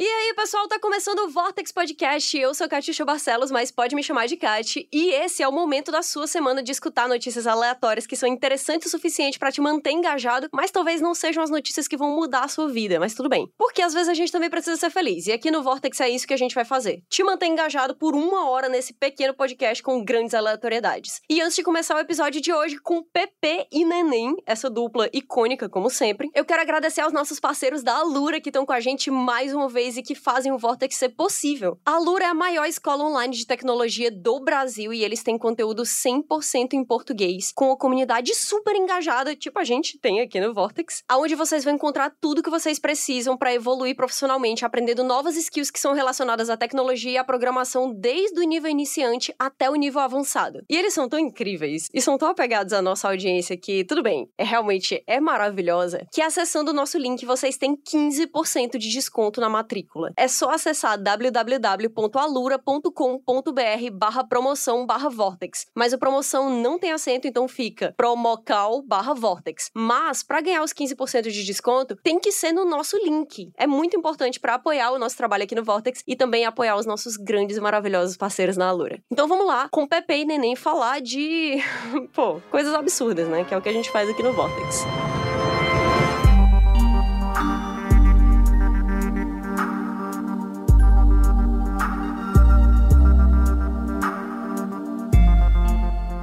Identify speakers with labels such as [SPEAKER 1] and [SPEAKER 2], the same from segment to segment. [SPEAKER 1] E aí, pessoal, tá começando o Vortex Podcast. Eu sou Catiuxa Barcelos, mas pode me chamar de Cati. E esse é o momento da sua semana de escutar notícias aleatórias que são interessantes o suficiente pra te manter engajado, mas talvez não sejam as notícias que vão mudar a sua vida, mas tudo bem. Porque às vezes a gente também precisa ser feliz. E aqui no Vortex é isso que a gente vai fazer: te manter engajado por uma hora nesse pequeno podcast com grandes aleatoriedades. E antes de começar o episódio de hoje com PP e Neném, essa dupla icônica, como sempre, eu quero agradecer aos nossos parceiros da Alura que estão com a gente mais uma vez e que fazem o Vortex ser possível. A Alura é a maior escola online de tecnologia do Brasil e eles têm conteúdo 100% em português, com uma comunidade super engajada, tipo a gente tem aqui no Vortex, aonde vocês vão encontrar tudo que vocês precisam para evoluir profissionalmente, aprendendo novas skills que são relacionadas à tecnologia e à programação desde o nível iniciante até o nível avançado. E eles são tão incríveis e são tão apegados à nossa audiência que, tudo bem, é realmente é maravilhosa, que acessando o nosso link vocês têm 15% de desconto na matrícula é só acessar www.alura.com.br barra promoção barra Vortex. Mas a promoção não tem acento, então fica promocal barra Vortex. Mas, para ganhar os 15% de desconto, tem que ser no nosso link. É muito importante para apoiar o nosso trabalho aqui no Vortex e também apoiar os nossos grandes e maravilhosos parceiros na Alura. Então vamos lá, com Pepe e Neném falar de... pô, coisas absurdas, né? Que é o que a gente faz aqui no Vortex.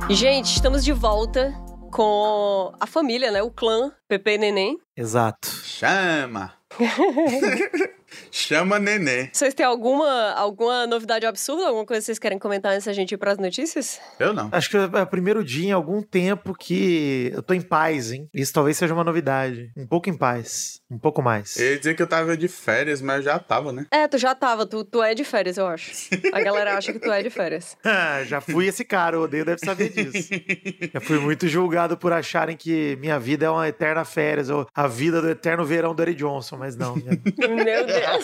[SPEAKER 1] Gente, estamos de volta com a família, né? O clã Pepe e Neném.
[SPEAKER 2] Exato.
[SPEAKER 3] Chama! Chama Nenê.
[SPEAKER 1] Vocês têm alguma, alguma novidade absurda? Alguma coisa que vocês querem comentar antes da gente ir pras notícias?
[SPEAKER 3] Eu não.
[SPEAKER 2] Acho que é o primeiro dia em algum tempo que eu tô em paz, hein? Isso talvez seja uma novidade. Um pouco em paz. Um pouco mais.
[SPEAKER 3] Eu ia dizer que eu tava de férias, mas já tava, né?
[SPEAKER 1] É, tu já tava, tu, tu é de férias, eu acho. A galera acha que tu é de férias.
[SPEAKER 2] Ah, Já fui esse cara, o odeio deve saber disso. Já fui muito julgado por acharem que minha vida é uma eterna férias, ou a vida do eterno verão do Eric Johnson, mas não. minha-
[SPEAKER 1] Meu Deus.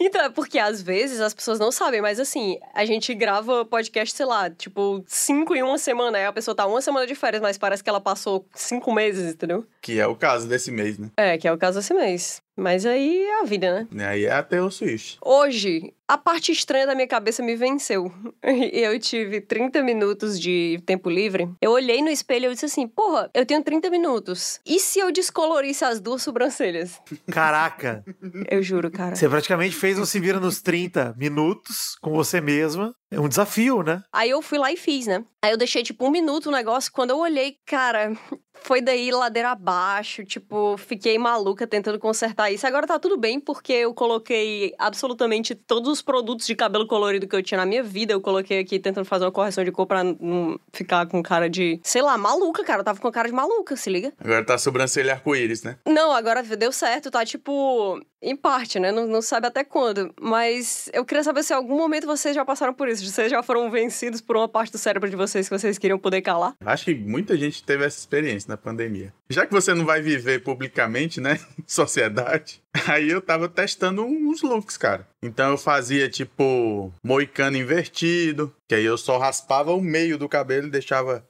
[SPEAKER 1] Então, é porque às vezes as pessoas não sabem, mas assim, a gente grava podcast, sei lá, tipo, cinco em uma semana, aí a pessoa tá uma semana de férias, mas parece que ela passou cinco meses, entendeu?
[SPEAKER 3] Que é o caso desse mês, né?
[SPEAKER 1] É, que é o caso desse mês. Mas aí é a vida, né?
[SPEAKER 3] E aí é até o Switch.
[SPEAKER 1] Hoje, a parte estranha da minha cabeça me venceu. E eu tive 30 minutos de tempo livre. Eu olhei no espelho e eu disse assim: porra, eu tenho 30 minutos. E se eu descolorisse as duas sobrancelhas?
[SPEAKER 2] Caraca,
[SPEAKER 1] Eu juro, cara.
[SPEAKER 2] você praticamente fez um Se Vira nos 30 minutos com você mesma. É um desafio, né?
[SPEAKER 1] Aí eu fui lá e fiz, né? Aí eu deixei tipo um minuto o negócio. Quando eu olhei, cara, foi daí ladeira abaixo. Tipo, fiquei maluca tentando consertar isso. Agora tá tudo bem, porque eu coloquei absolutamente todos os produtos de cabelo colorido que eu tinha na minha vida. Eu coloquei aqui tentando fazer uma correção de cor pra não ficar com cara de, sei lá, maluca, cara. Eu tava com cara de maluca, se liga.
[SPEAKER 3] Agora tá sobrancelha arco-íris, né?
[SPEAKER 1] Não, agora deu certo, tá tipo. Em parte, né? Não, não sabe até quando. Mas eu queria saber se em algum momento vocês já passaram por isso. se Vocês já foram vencidos por uma parte do cérebro de vocês que vocês queriam poder calar.
[SPEAKER 3] Acho que muita gente teve essa experiência na pandemia. Já que você não vai viver publicamente, né? em Sociedade. Aí eu tava testando uns looks, cara. Então eu fazia tipo moicano invertido, que aí eu só raspava o meio do cabelo e deixava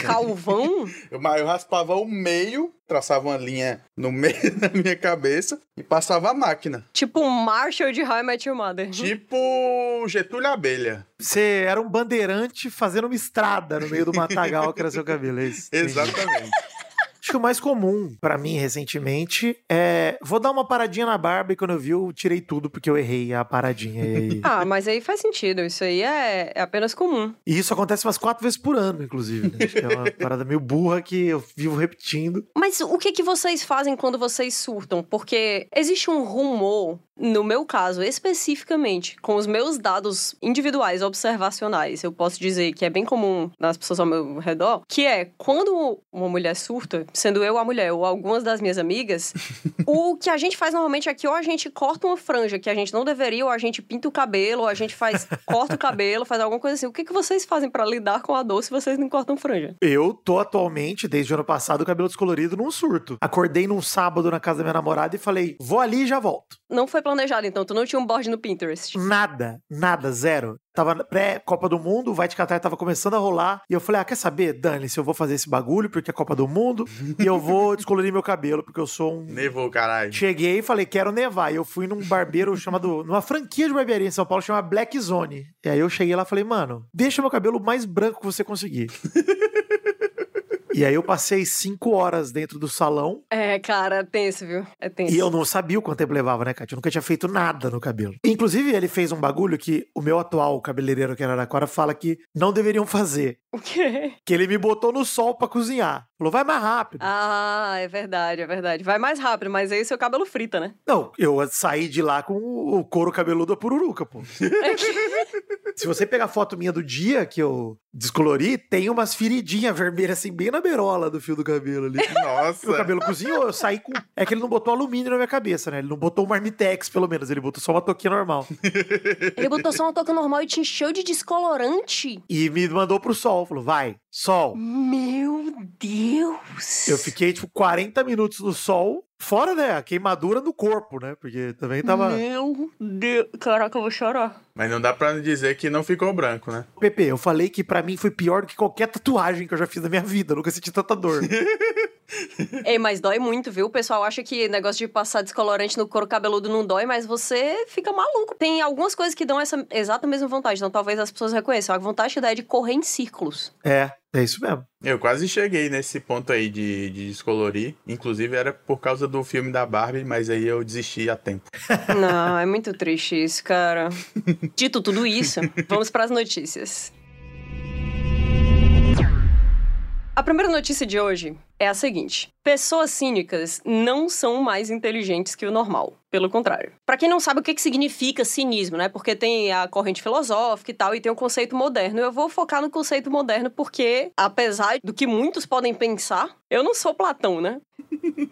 [SPEAKER 1] Calvão?
[SPEAKER 3] Eu, mas eu raspava o meio, traçava uma linha no meio da minha cabeça e passava a máquina.
[SPEAKER 1] tipo um Marshall de High Met Your Mother.
[SPEAKER 3] Tipo Getúlio Abelha.
[SPEAKER 2] Você era um bandeirante fazendo uma estrada no meio do matagal que era seu cabelo, é isso? Entendi.
[SPEAKER 3] Exatamente.
[SPEAKER 2] Acho que o mais comum pra mim recentemente é vou dar uma paradinha na barba e quando eu vi eu tirei tudo porque eu errei a paradinha. E,
[SPEAKER 1] Ah, mas aí faz sentido. Isso aí é, é apenas comum.
[SPEAKER 2] e isso acontece umas quatro vezes por ano, inclusive. Né? Acho que é uma parada meio burra que eu vivo repetindo.
[SPEAKER 1] Mas o que, que vocês fazem quando vocês surtam? Porque existe um rumor, no meu caso especificamente, com os meus dados individuais, observacionais, eu posso dizer que é bem comum nas pessoas ao meu redor, que é quando uma mulher surta, sendo eu a mulher ou algumas das minhas amigas, o que a gente faz normalmente é que ou a gente corta uma franja que a gente não deveria, ou a gente pinta o cabelo, ou a gente faz corta o cabelo, faz alguma coisa assim. O que, que vocês fazem pra lidar com a dor se vocês não cortam franja?
[SPEAKER 2] Eu tô atualmente, desde o ano passado, cabelo descolorido num surto. Acordei num sábado na casa da minha namorada e falei, vou ali e já volto.
[SPEAKER 1] Não foi planejado, então. Tu não tinha um board no Pinterest.
[SPEAKER 2] Nada, nada, zero. Tava pré-Copa do Mundo, o Vai de Catar tava começando a rolar. E eu falei, ah, quer saber? Dane-se, eu vou fazer esse bagulho porque é Copa do Mundo. e eu vou descolorir meu cabelo, porque eu sou um.
[SPEAKER 3] Nevou, caralho.
[SPEAKER 2] Cheguei e falei, quero nevar. E eu fui num barbeiro chamado. numa franquia de barbearia em São Paulo chamada Black Zone. E aí eu cheguei lá e falei, mano, deixa meu cabelo mais branco que você conseguir. E aí eu passei cinco horas dentro do salão
[SPEAKER 1] É, cara, é tenso, viu? É tenso.
[SPEAKER 2] e eu não sabia o quanto tempo levava, né, Kátia? Eu nunca tinha feito nada no cabelo. Inclusive, ele fez um bagulho que o meu atual cabeleireiro que era Araraquara fala que não deveriam fazer.
[SPEAKER 1] O quê?
[SPEAKER 2] Que ele me botou no sol pra cozinhar. Falou, vai mais rápido.
[SPEAKER 1] Ah, é verdade, é verdade. Vai mais rápido, mas aí seu cabelo frita, né?
[SPEAKER 2] Não, eu saí de lá com o couro cabeludo da pururuca, pô. Se você pegar foto minha do dia que eu descolori, tem umas feridinhas vermelhas assim, bem na beirola do fio do cabelo ali. Meu
[SPEAKER 3] Nossa.
[SPEAKER 2] cabelo cozinhou, eu saí com. É que ele não botou alumínio na minha cabeça, né? Ele não botou um marmitex, pelo menos. Ele botou só uma toquinha normal.
[SPEAKER 1] Ele botou só uma touca normal e te encheu de descolorante.
[SPEAKER 2] E me mandou pro sol. Falou, vai, sol.
[SPEAKER 1] Meu Deus!
[SPEAKER 2] Eu fiquei, tipo, 40 minutos no sol. Fora, né? A queimadura no corpo, né? Porque também tava.
[SPEAKER 1] Meu Deus! Caraca, eu vou chorar.
[SPEAKER 3] Mas não dá pra dizer que não ficou branco, né?
[SPEAKER 2] Pepe, eu falei que pra mim foi pior do que qualquer tatuagem que eu já fiz na minha vida. Eu nunca senti tanta dor.
[SPEAKER 1] Ei, mas dói muito, viu? O pessoal acha que negócio de passar descolorante no couro cabeludo não dói, mas você fica maluco. Tem algumas coisas que dão essa exata mesma vontade, então talvez as pessoas reconheçam. A vontade que dá é de correr em círculos.
[SPEAKER 2] é, é isso mesmo.
[SPEAKER 3] Eu quase cheguei nesse ponto aí de, de descolorir. Inclusive era por causa do filme da Barbie, mas aí eu desisti a tempo.
[SPEAKER 1] Não, é muito triste isso, cara. Dito tudo isso, vamos para as notícias. A primeira notícia de hoje é a seguinte: pessoas cínicas não são mais inteligentes que o normal. Pelo contrário. Para quem não sabe o que, que significa cinismo, né? Porque tem a corrente filosófica e tal, e tem o conceito moderno. Eu vou focar no conceito moderno porque, apesar do que muitos podem pensar, eu não sou Platão, né?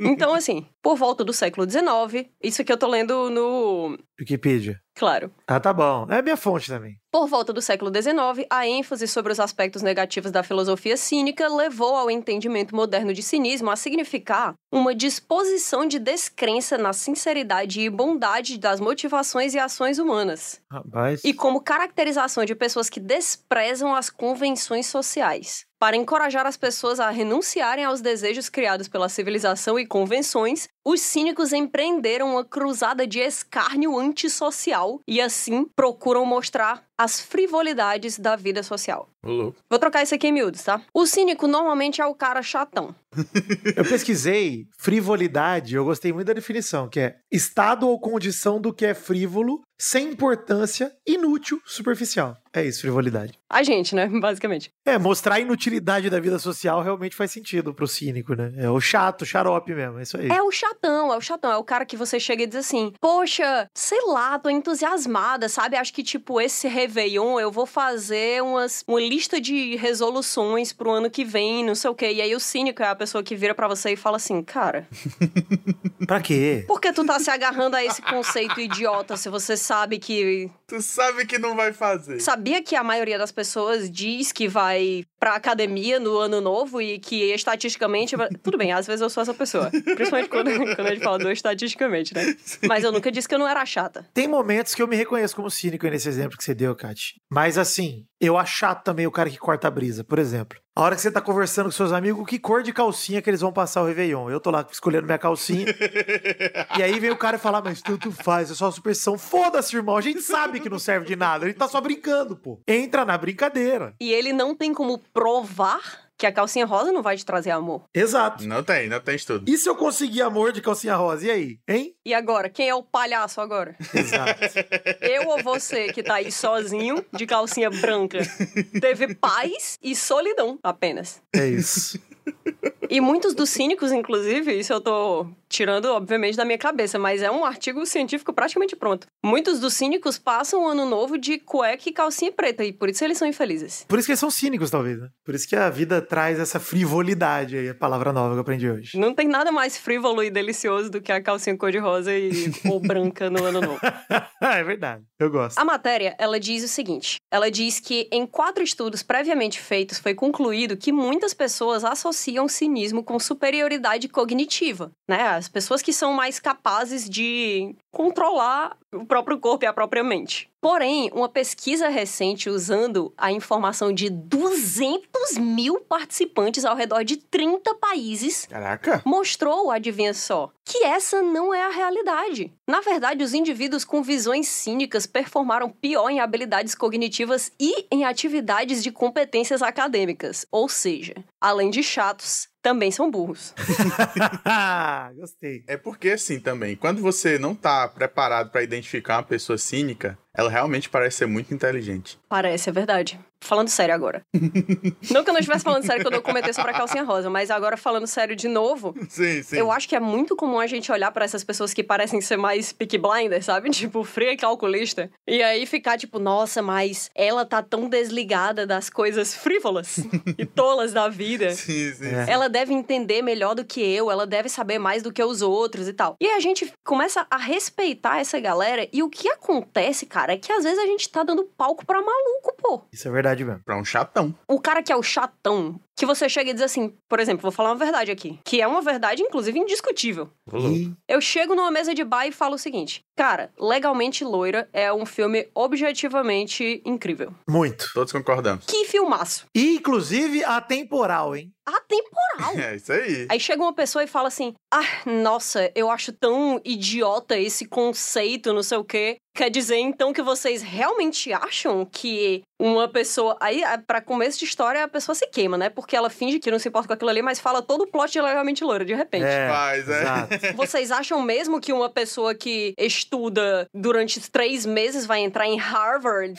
[SPEAKER 1] Então, assim, por volta do século XIX, isso aqui eu tô lendo no.
[SPEAKER 2] Wikipedia.
[SPEAKER 1] Claro.
[SPEAKER 2] Ah, tá bom. É minha fonte também.
[SPEAKER 1] Por volta do século XIX, a ênfase sobre os aspectos negativos da filosofia cínica levou ao entendimento moderno de cinismo a significar uma disposição de descrença na sinceridade e bondade das motivações e ações humanas,
[SPEAKER 2] Rapaz.
[SPEAKER 1] e como caracterização de pessoas que desprezam as convenções sociais. Para encorajar as pessoas a renunciarem aos desejos criados pela civilização e convenções, os cínicos empreenderam uma cruzada de escárnio antissocial e assim procuram mostrar as frivolidades da vida social.
[SPEAKER 3] Ô, louco.
[SPEAKER 1] Vou trocar isso aqui em miúdos, tá? O cínico normalmente é o cara chatão.
[SPEAKER 2] Eu pesquisei frivolidade, eu gostei muito da definição, que é estado ou condição do que é frívolo, sem importância, inútil, superficial. É isso, frivolidade.
[SPEAKER 1] A gente, né? Basicamente.
[SPEAKER 2] É, mostrar a inutilidade da vida social realmente faz sentido pro cínico, né? É o chato, xarope mesmo, é isso aí.
[SPEAKER 1] É o chatão, é o chatão. É o cara que você chega e diz assim: Poxa, sei lá, tô entusiasmada, sabe? Acho que, tipo, esse Réveillon eu vou fazer umas, uma lista de resoluções pro ano que vem, não sei o quê. E aí o cínico é a pessoa que vira pra você e fala assim: Cara,
[SPEAKER 2] Pra quê?
[SPEAKER 1] por que tu tá se agarrando a esse conceito idiota se você sabe que.
[SPEAKER 3] Tu sabe que não vai fazer.
[SPEAKER 1] Sabia que a maioria das pessoas diz que vai pra academia no ano novo e que estatisticamente. Tudo bem, às vezes eu sou essa pessoa. Principalmente quando, quando a gente fala do estatisticamente, né? Mas eu nunca disse que eu não era chata.
[SPEAKER 2] Tem momentos que eu me reconheço como cínico aí nesse exemplo que você deu, Kat. Mas assim, eu acho chato também o cara que corta a brisa, por exemplo. A hora que você tá conversando com seus amigos, que cor de calcinha que eles vão passar o Réveillon? Eu tô lá escolhendo minha calcinha. e aí vem o cara falar, mas tanto faz, é só superstição. Foda-se, irmão, a gente sabe que não serve de nada, a gente tá só brincando, pô. Entra na brincadeira.
[SPEAKER 1] E ele não tem como provar que a calcinha rosa não vai te trazer amor.
[SPEAKER 2] Exato.
[SPEAKER 3] Não tem, não tem estudo.
[SPEAKER 2] E se eu conseguir amor de calcinha rosa? E aí? Hein?
[SPEAKER 1] E agora, quem é o palhaço agora?
[SPEAKER 2] Exato.
[SPEAKER 1] Eu ou você que tá aí sozinho, de calcinha branca? Teve paz e solidão apenas.
[SPEAKER 2] É isso.
[SPEAKER 1] E muitos dos cínicos, inclusive, isso eu tô tirando, obviamente, da minha cabeça, mas é um artigo científico praticamente pronto. Muitos dos cínicos passam o ano novo de cueca e calcinha preta, e por isso eles são infelizes.
[SPEAKER 2] Por isso que eles são cínicos, talvez, né? Por isso que a vida traz essa frivolidade aí, a palavra nova que eu aprendi hoje.
[SPEAKER 1] Não tem nada mais frívolo e delicioso do que a calcinha cor-de-rosa e ou branca no ano novo.
[SPEAKER 2] é verdade. Eu gosto.
[SPEAKER 1] A matéria, ela diz o seguinte: ela diz que em quatro estudos previamente feitos foi concluído que muitas pessoas associam comunismo com superioridade cognitiva, né? As pessoas que são mais capazes de controlar o próprio corpo e a própria mente. Porém, uma pesquisa recente usando a informação de 200 mil participantes ao redor de 30 países
[SPEAKER 3] Caraca.
[SPEAKER 1] mostrou, adivinha só, que essa não é a realidade. Na verdade, os indivíduos com visões cínicas performaram pior em habilidades cognitivas e em atividades de competências acadêmicas. Ou seja, além de chatos, também são burros.
[SPEAKER 2] Ah. Gostei.
[SPEAKER 3] É porque assim também, quando você não tá preparado pra identificar uma pessoa cínica, ela realmente parece ser muito inteligente.
[SPEAKER 1] Parece, é verdade. Falando sério agora. não que eu não estivesse falando sério quando eu comentei sobre a calcinha rosa, mas agora falando sério de novo,
[SPEAKER 3] Sim, sim.
[SPEAKER 1] Eu acho que é muito comum a gente olhar pra essas pessoas que parecem ser mais pick blinder, sabe? Tipo, fria e calculista. E aí ficar tipo, nossa, mas ela tá tão desligada das coisas frívolas e tolas da vida.
[SPEAKER 3] Sim, sim.
[SPEAKER 2] É.
[SPEAKER 1] Ela deve entender melhor do que eu, ela deve saber mais do que os outros e tal. E a gente começa a respeitar essa galera. E o que acontece, cara, é que às vezes a gente tá dando palco pra maluco, pô
[SPEAKER 2] Isso é verdade mesmo.
[SPEAKER 3] Pra um chatão.
[SPEAKER 1] o cara que é o chatão, que você chega e diz assim, por exemplo, vou falar uma verdade aqui, que é uma verdade, inclusive, indiscutível.
[SPEAKER 2] E
[SPEAKER 1] Eu chego numa mesa de bar e falo o seguinte, cara, Legalmente Loira é um filme objetivamente incrível.
[SPEAKER 2] muito.
[SPEAKER 3] Todos concordamos.
[SPEAKER 1] Que filmaço!
[SPEAKER 2] E, inclusive, atemporal, hein?
[SPEAKER 1] Atemporal!
[SPEAKER 3] É isso aí.
[SPEAKER 1] Aí chega uma pessoa e fala assim, ah, nossa, eu acho tão idiota esse conceito, não sei o quê. Quer dizer, então, que vocês realmente acham que uma pessoa. Aí, ah, pra começo de história, a pessoa se queima, né? Porque ela finge que não se importa com aquilo ali, mas fala todo o plot de legalmente loura, de repente.
[SPEAKER 2] É,
[SPEAKER 3] Faz, é.
[SPEAKER 2] exato.
[SPEAKER 1] Vocês acham mesmo que uma pessoa que estuda durante três meses vai entrar em Harvard?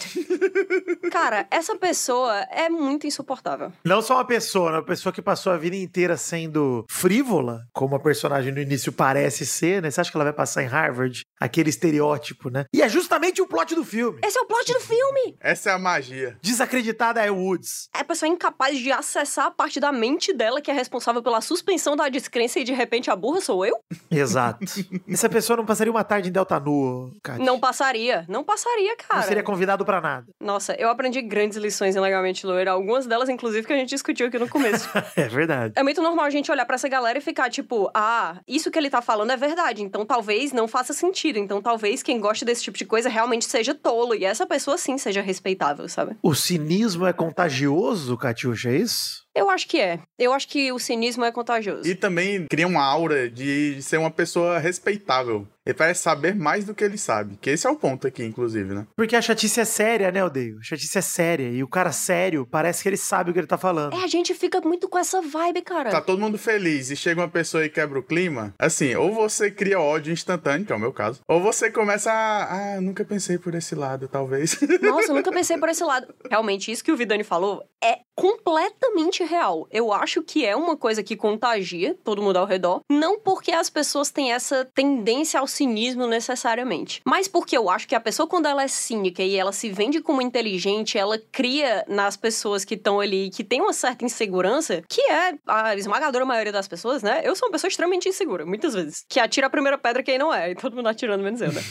[SPEAKER 1] Cara, essa pessoa é muito insuportável.
[SPEAKER 2] Não só uma pessoa, né? Uma pessoa que passou a vida inteira sendo frívola, como a personagem no início parece ser, né? Você acha que ela vai passar em Harvard? Aquele estereótipo, né? E é justamente o plot do filme.
[SPEAKER 1] Esse é o plot do filme!
[SPEAKER 3] Essa é a magia.
[SPEAKER 2] Desacreditada é Woods.
[SPEAKER 1] A pessoa é incapaz de acessar a parte da mente dela que é responsável pela suspensão da descrença e de repente a burra sou eu?
[SPEAKER 2] Exato. Essa pessoa não passaria uma tarde em Delta Nu, Kátia.
[SPEAKER 1] Não passaria. Não passaria, cara.
[SPEAKER 2] Não seria convidado pra nada.
[SPEAKER 1] Nossa, eu aprendi grandes lições em Legalmente Loira. Algumas delas, inclusive, que a gente discutiu aqui no começo.
[SPEAKER 2] É verdade.
[SPEAKER 1] É muito normal a gente olhar pra essa galera e ficar tipo, ah, isso que ele tá falando é verdade, então talvez não faça sentido, então talvez quem gosta desse tipo de coisa realmente seja tolo e essa pessoa sim seja respeitável, sabe?
[SPEAKER 2] O cinismo é contagioso, Catiuxa, é isso?
[SPEAKER 1] Eu acho que é. Eu acho que o cinismo é contagioso.
[SPEAKER 3] E também cria uma aura de ser uma pessoa respeitável. Ele parece saber mais do que ele sabe. Que esse é o ponto aqui, inclusive, né?
[SPEAKER 2] Porque a chatice é séria, né, Odeio? A chatice é séria. E o cara sério parece que ele sabe o que ele tá falando.
[SPEAKER 1] É, a gente fica muito com essa vibe, cara.
[SPEAKER 3] Tá todo mundo feliz e chega uma pessoa e quebra o clima. Assim, ou você cria ódio instantâneo, que é o meu caso, ou você começa a. Ah, nunca pensei por esse lado, talvez.
[SPEAKER 1] Nossa, eu nunca pensei por esse lado. Realmente, isso que o Vidani falou é completamente real. Eu acho que é uma coisa que contagia todo mundo ao redor. Não porque as pessoas têm essa tendência ao cinismo necessariamente, mas porque eu acho que a pessoa, quando ela é cínica e ela se vende como inteligente, ela cria nas pessoas que estão ali, que tem uma certa insegurança, que é a esmagadora maioria das pessoas, né? Eu sou uma pessoa extremamente insegura, muitas vezes. Que atira a primeira pedra quem não é, e todo mundo atirando menos eu, né?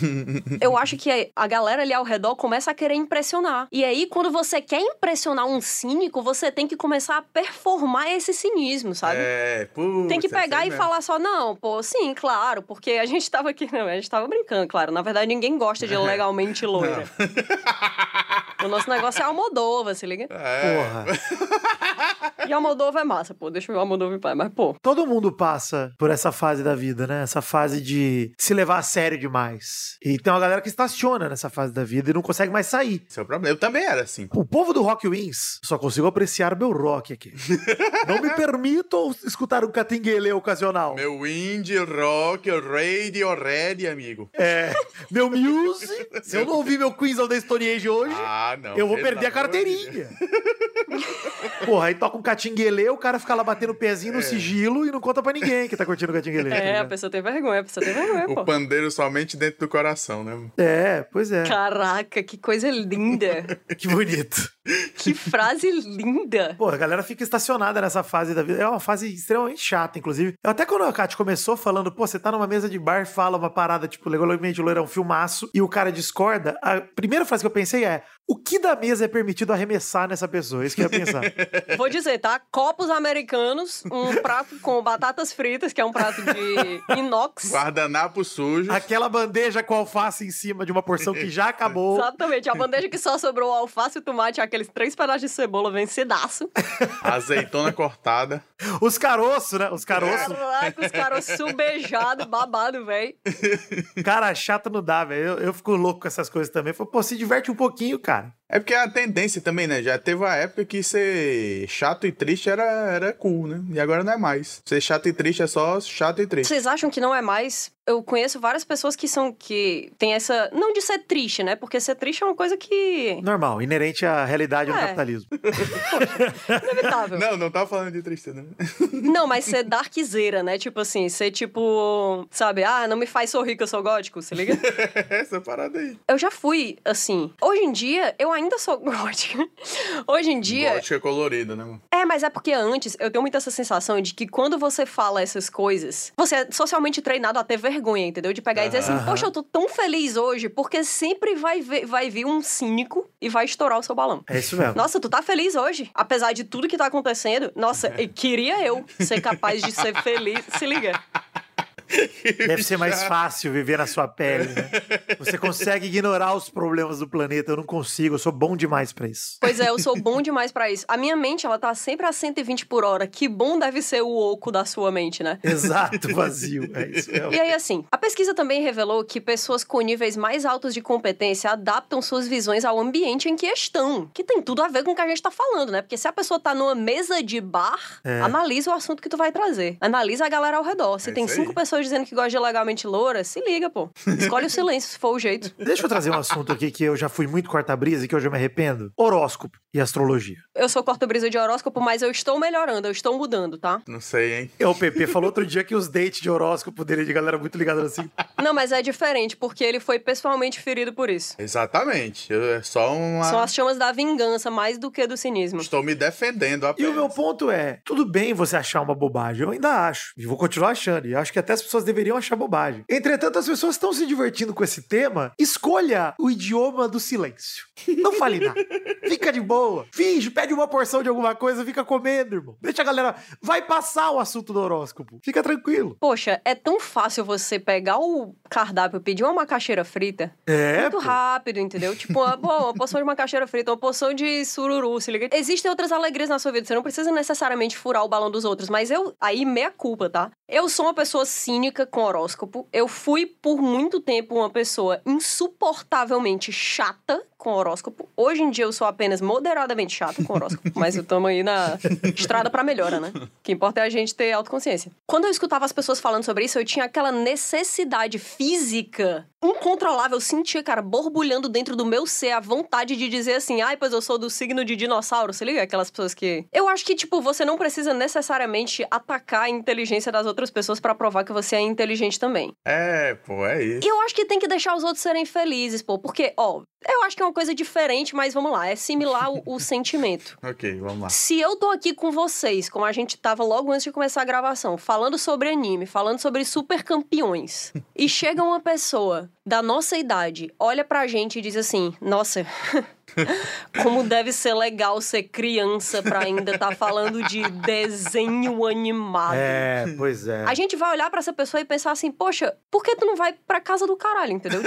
[SPEAKER 1] Eu acho que a galera ali ao redor começa a querer impressionar. E aí, quando você quer impressionar um cínico, você tem que começar a performar esse cinismo, sabe?
[SPEAKER 3] É, putz,
[SPEAKER 1] Tem que
[SPEAKER 3] é isso aí
[SPEAKER 1] pegar e
[SPEAKER 3] mesmo.
[SPEAKER 1] falar só, não, pô, sim, claro, porque a gente tava aqui, não, a gente tava brincando, claro. Na verdade, ninguém gosta de legalmente loira. O nosso negócio é Almodova, se liga?
[SPEAKER 3] É.
[SPEAKER 2] Porra.
[SPEAKER 1] E Almodova é massa, pô, deixa eu Almodova em paz, mas pô.
[SPEAKER 2] Todo mundo passa por essa fase da vida, né? Essa fase de se levar a sério demais. E tem uma galera que estaciona nessa fase da vida e não consegue mais sair.
[SPEAKER 3] Seu é problema. Eu também era assim.
[SPEAKER 2] O povo do Rock Wins só consigo apreciar o meu rock aqui. não me permito escutar um catinguelê ocasional. Meu...
[SPEAKER 3] Meu indie rock, radio red, amigo.
[SPEAKER 2] É, meu Muse. Se eu não ouvir meu Queens of the Stone Age hoje,
[SPEAKER 3] Ah, não.
[SPEAKER 2] eu vou
[SPEAKER 3] pelo
[SPEAKER 2] perder a
[SPEAKER 3] amor de Deus.
[SPEAKER 2] carteirinha. Porra, aí toca um catinguelê, o cara fica lá batendo o pezinho no sigilo e não conta pra ninguém que tá curtindo o catinguelê. tá
[SPEAKER 1] É, a
[SPEAKER 2] ligado?
[SPEAKER 1] pessoa tem vergonha, a pessoa tem vergonha,
[SPEAKER 3] O
[SPEAKER 1] pô.
[SPEAKER 3] pandeiro somente dentro do coração, né?
[SPEAKER 2] é, pois é.
[SPEAKER 1] Caraca, que coisa linda.
[SPEAKER 2] Que bonito.
[SPEAKER 1] Que frase linda.
[SPEAKER 2] Pô, a galera fica estacionada nessa fase da vida. É uma fase extremamente chata, inclusive. Eu até quando a Kat começou falando, pô, você tá numa mesa de bar, fala uma parada, tipo, legalmente loirão, filmaço, e o cara discorda, a primeira frase que eu pensei é: o que da mesa é permitido arremessar nessa pessoa? Isso que eu ia pensar.
[SPEAKER 1] Vou dizer, tá? Copos americanos, um prato com batatas fritas, que é um prato de inox.
[SPEAKER 3] Guardanapo sujo.
[SPEAKER 2] Aquela bandeja com alface em cima de uma porção que já acabou.
[SPEAKER 1] Exatamente, a bandeja que só sobrou alface e tomate, aqueles três pedaços de cebola vencidaço.
[SPEAKER 3] Azeitona cortada.
[SPEAKER 2] Os caroços, né? Os caroços.
[SPEAKER 1] Caraca, os caroços beijados, babado, velho.
[SPEAKER 2] Cara, chato não dá, velho. Eu, eu fico louco com essas coisas também. Falei, pô, se diverte um pouquinho, cara.
[SPEAKER 3] É porque a tendência também, né? Já teve uma época que ser chato e triste era, era cool, né? E agora não é mais. Ser chato e triste é só chato e triste.
[SPEAKER 1] Vocês acham que não é mais? Eu conheço várias pessoas que são que tem essa não de ser triste, né? Porque ser triste é uma coisa que
[SPEAKER 2] Normal, inerente à realidade do
[SPEAKER 1] É.
[SPEAKER 2] capitalismo.
[SPEAKER 1] inevitável.
[SPEAKER 3] Não, não tava falando de tristeza, né?
[SPEAKER 1] Não, mas ser darkzeira, né? Tipo assim, ser tipo, sabe, ah, não me faz sorrir que eu sou gótico, se liga?
[SPEAKER 3] Essa parada aí.
[SPEAKER 1] Eu já fui assim. Hoje em dia, eu ainda sou gótica. Hoje em dia,
[SPEAKER 3] Gótica colorida, né, mano?
[SPEAKER 1] É, mas é porque antes eu tenho muito essa sensação de que quando você fala essas coisas, você é socialmente treinado a ter vergonha, entendeu? De pegar e dizer assim,
[SPEAKER 2] Aham.
[SPEAKER 1] poxa, eu tô tão feliz hoje, porque sempre vai, ver- vai vir um cínico e vai estourar o seu balão.
[SPEAKER 2] É isso mesmo.
[SPEAKER 1] Nossa, tu tá feliz hoje? Apesar de tudo que tá acontecendo, nossa, e queria eu ser capaz de ser feliz. Se liga.
[SPEAKER 2] Deve ser mais fácil viver na sua pele, né? Você consegue ignorar os problemas do planeta. Eu não consigo, eu sou bom demais pra isso.
[SPEAKER 1] Pois é, eu sou bom demais pra isso. A minha mente, ela tá sempre a 120 por hora. Que bom deve ser o oco da sua mente, né?
[SPEAKER 2] Exato, vazio. É isso mesmo.
[SPEAKER 1] E aí, assim, a pesquisa também revelou que pessoas com níveis mais altos de competência adaptam suas visões ao ambiente em que estão, que tem tudo a ver com o que a gente tá falando, né? Porque se a pessoa tá numa mesa de bar,
[SPEAKER 2] É.
[SPEAKER 1] analisa o assunto que tu vai trazer. Analisa a galera ao redor. Se
[SPEAKER 3] É
[SPEAKER 1] tem
[SPEAKER 3] isso
[SPEAKER 1] cinco
[SPEAKER 3] aí.
[SPEAKER 1] pessoas dizendo que gosta de legalmente loura, se liga, pô. Escolhe o silêncio, se for o jeito.
[SPEAKER 2] Deixa eu trazer um assunto aqui que eu já fui muito corta-brisa e que hoje eu me arrependo. Horóscopo e astrologia.
[SPEAKER 1] Eu sou corta-brisa de horóscopo, mas eu estou melhorando, eu estou mudando, tá?
[SPEAKER 3] Não sei, hein?
[SPEAKER 2] É, O PP falou outro dia que os dates de horóscopo dele é de galera muito ligada assim.
[SPEAKER 1] Não, mas é diferente, porque ele foi pessoalmente ferido por isso.
[SPEAKER 3] Exatamente. Eu- é só uma.
[SPEAKER 1] São as chamas da vingança, mais do que do cinismo.
[SPEAKER 3] Estou me defendendo.
[SPEAKER 2] E
[SPEAKER 3] apenas.
[SPEAKER 2] o meu ponto é, tudo bem você achar uma bobagem, eu ainda acho, e vou continuar achando, e acho que até as pessoas deveriam achar bobagem. Entretanto, as pessoas estão se divertindo com esse tema, escolha o idioma do silêncio. Não fale nada. Fica de boa. Finge, pede uma porção de alguma coisa, fica comendo, irmão. Deixa a galera, vai passar o assunto do horóscopo. Fica tranquilo.
[SPEAKER 1] Poxa, é tão fácil você pegar o cardápio, pedir uma macaxeira frita.
[SPEAKER 2] É,
[SPEAKER 1] muito
[SPEAKER 2] pô.
[SPEAKER 1] rápido, entendeu? Tipo, uma, pô, uma porção de macaxeira frita, uma porção de sururu, se liga. Existem outras alegrias na sua vida, você não precisa necessariamente furar o balão dos outros, mas eu, aí, meia culpa, tá? Eu sou uma pessoa cínica com horóscopo, eu fui por muito tempo uma pessoa insuportavelmente chata com horóscopo. Hoje em dia eu sou apenas moderadamente chata com horóscopo, mas eu tamo aí na estrada pra melhora, né? O que importa é a gente ter autoconsciência. Quando eu escutava as pessoas falando sobre isso, eu tinha aquela necessidade física incontrolável. Eu sentia, cara, borbulhando dentro do meu ser a vontade de dizer assim: ai, pois eu sou do signo de dinossauro, se liga? Aquelas pessoas que. Eu acho que, tipo, você não precisa necessariamente atacar a inteligência das outras pessoas pra provar que você é inteligente também.
[SPEAKER 3] É, pô, é isso.
[SPEAKER 1] E eu acho que tem que deixar os outros serem felizes, pô, porque, ó, eu acho que é uma coisa diferente, mas vamos lá, é similar o- o sentimento.
[SPEAKER 3] Ok, vamos lá.
[SPEAKER 1] Se eu tô aqui com vocês, como a gente tava logo antes de começar a gravação, falando sobre anime, falando sobre super campeões, e chega uma pessoa da nossa idade, olha pra gente e diz assim: Nossa, como deve ser legal ser criança pra ainda tá falando de desenho animado.
[SPEAKER 2] É, pois é.
[SPEAKER 1] A gente vai olhar pra essa pessoa e pensar assim: Poxa, por que tu não vai pra casa do caralho, entendeu?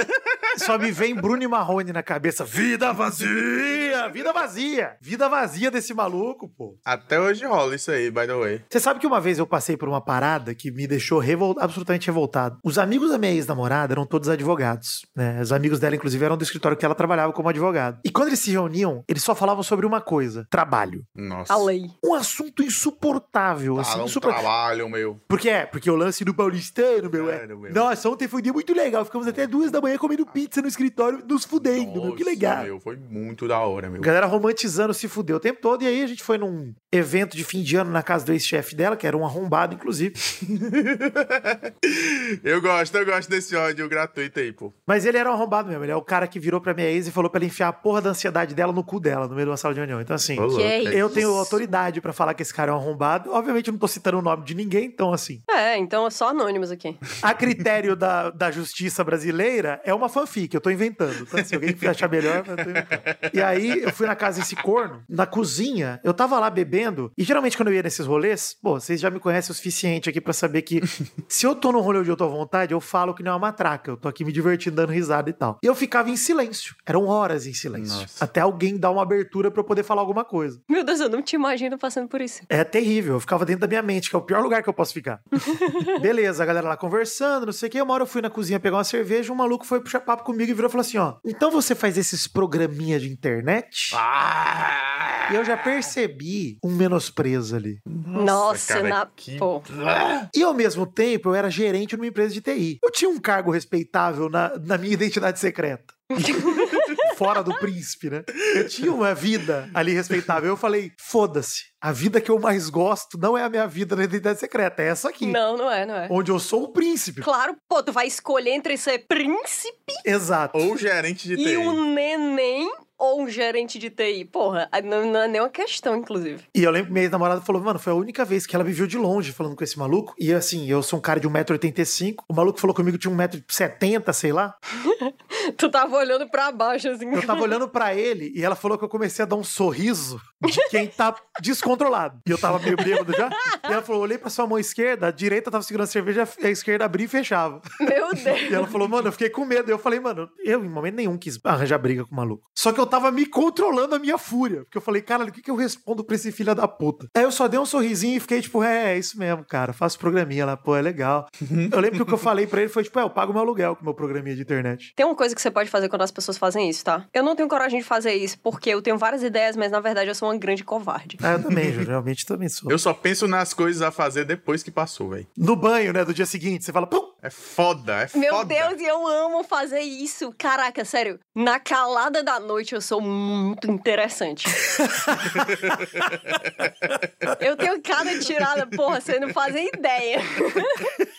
[SPEAKER 2] Só me vem Bruno e Marrone na cabeça. Vida vazia! Vida vazia! Vida vazia desse maluco, pô.
[SPEAKER 3] Até hoje rola isso aí, by the way.
[SPEAKER 2] Você sabe que uma vez eu passei por uma parada que me deixou revol- absolutamente revoltado. Os amigos da minha ex-namorada eram todos advogados, né? Os amigos dela, inclusive, eram do escritório que ela trabalhava como advogado. E quando eles se reuniam, eles só falavam sobre uma coisa: trabalho.
[SPEAKER 3] Nossa.
[SPEAKER 1] A lei.
[SPEAKER 2] Um assunto insuportável, assim,
[SPEAKER 3] Fala um
[SPEAKER 2] insupor-
[SPEAKER 3] trabalho, meu.
[SPEAKER 2] Porque é, porque o lance do paulistano, meu, é.
[SPEAKER 3] Claro, meu.
[SPEAKER 2] Nossa, ontem foi um dia muito legal. Ficamos até duas da manhã comendo pizza no escritório, nos fudendo, meu. Que
[SPEAKER 3] Nossa,
[SPEAKER 2] legal.
[SPEAKER 3] Meu, foi muito da hora, meu.
[SPEAKER 2] Galera romantizando se fudeu o tempo todo. E aí a gente foi num evento de fim de ano na casa do ex-chefe dela, que era um arrombado, inclusive.
[SPEAKER 3] Eu gosto, eu gosto desse ódio gratuito aí, pô.
[SPEAKER 2] Mas ele era um arrombado mesmo. Ele é o cara que virou pra minha ex e falou pra ela enfiar a porra da ansiedade dela no cu dela, no meio de uma sala de reunião. Então, assim,
[SPEAKER 3] Ô, louco,
[SPEAKER 1] Que
[SPEAKER 3] é.
[SPEAKER 1] isso?
[SPEAKER 2] eu tenho autoridade pra falar que esse cara é um arrombado. Obviamente, eu não tô citando o nome de ninguém, então, assim.
[SPEAKER 1] É, então é só anônimos aqui.
[SPEAKER 2] A critério da, da justiça brasileira é uma fanfic, eu tô inventando. Tá? Se alguém achar melhor, eu tô inventando. E aí eu fui na casa desse corno, na cozinha, eu tava lá bebendo, e geralmente quando eu ia nesses rolês, pô, vocês já me conhecem o suficiente aqui pra saber que se eu tô num rolê onde eu tô à vontade, eu falo que não é uma matraca, eu tô aqui me divertindo, dando risada e tal. E eu ficava em silêncio, eram horas em silêncio,
[SPEAKER 3] Nossa.
[SPEAKER 2] até alguém dar uma abertura pra eu poder falar alguma coisa.
[SPEAKER 1] Meu Deus, eu não te imagino passando por isso.
[SPEAKER 2] É terrível, eu ficava dentro da minha mente, que é o pior lugar que eu posso ficar. Beleza, a galera lá conversando, não sei o que. Uma hora eu fui na cozinha pegar uma cerveja, um maluco foi puxar papo comigo e virou e falou assim: ó, então você faz esses programinha de internet?
[SPEAKER 3] Ah!
[SPEAKER 2] E eu já percebi um menosprezo ali.
[SPEAKER 1] Nossa,
[SPEAKER 3] cara,
[SPEAKER 1] na.
[SPEAKER 3] que-
[SPEAKER 1] Pô.
[SPEAKER 2] E ao mesmo tempo, eu era gerente numa empresa de TI. Eu tinha um cargo respeitável na, na minha identidade secreta. Fora do príncipe, né? Eu tinha uma vida ali respeitável. Eu falei: foda-se, a vida que eu mais gosto não é a minha vida na identidade secreta, é essa aqui.
[SPEAKER 1] Não, não é, não é.
[SPEAKER 2] Onde eu sou o príncipe.
[SPEAKER 1] Claro, pô, tu vai escolher entre ser príncipe
[SPEAKER 2] Exato.
[SPEAKER 3] Ou gerente de TI.
[SPEAKER 1] e um neném ou um gerente de TI. Porra, aí não, não é nenhuma questão, inclusive.
[SPEAKER 2] E eu lembro que minha ex-namorada falou, mano, foi a única vez que ela me viu de longe falando com esse maluco. E assim, eu sou um cara de 1,85m. O maluco falou comigo que tinha 1,70m, sei lá.
[SPEAKER 1] Tu tava olhando pra baixo, assim.
[SPEAKER 2] Eu tava olhando pra ele e ela falou que eu comecei a dar um sorriso de quem tá descontrolado. E eu tava meio bêbado já. E ela falou, olhei pra sua mão esquerda, a direita tava segurando a cerveja, a esquerda abria e fechava.
[SPEAKER 1] Meu
[SPEAKER 2] E
[SPEAKER 1] Deus.
[SPEAKER 2] ela falou, mano, eu fiquei com medo. E eu falei, mano, eu em momento nenhum quis arranjar briga com o maluco. Só que eu tava me controlando a minha fúria. Porque eu falei, caralho, o que, que eu respondo pra esse filho da puta? Aí eu só dei um sorrisinho e fiquei tipo, é, é isso mesmo, cara. Faço programinha lá, pô, é legal. eu lembro que o que eu falei pra ele foi tipo, é, eu pago meu aluguel com meu programinha de internet.
[SPEAKER 1] Tem uma coisa que você pode fazer quando as pessoas fazem isso, tá? Eu não tenho coragem de fazer isso, porque eu tenho várias ideias, mas na verdade eu sou uma grande covarde.
[SPEAKER 2] Ah, eu também, Júlio, realmente também sou.
[SPEAKER 3] Eu só penso nas coisas a fazer depois que passou, velho.
[SPEAKER 2] No banho, né, do dia seguinte, você fala, pum!
[SPEAKER 3] É foda, é foda.
[SPEAKER 1] Meu Deus, e eu amo fazer isso. Caraca, sério, na calada da noite eu sou muito interessante. eu tenho cada tirada, porra, você não fazem ideia.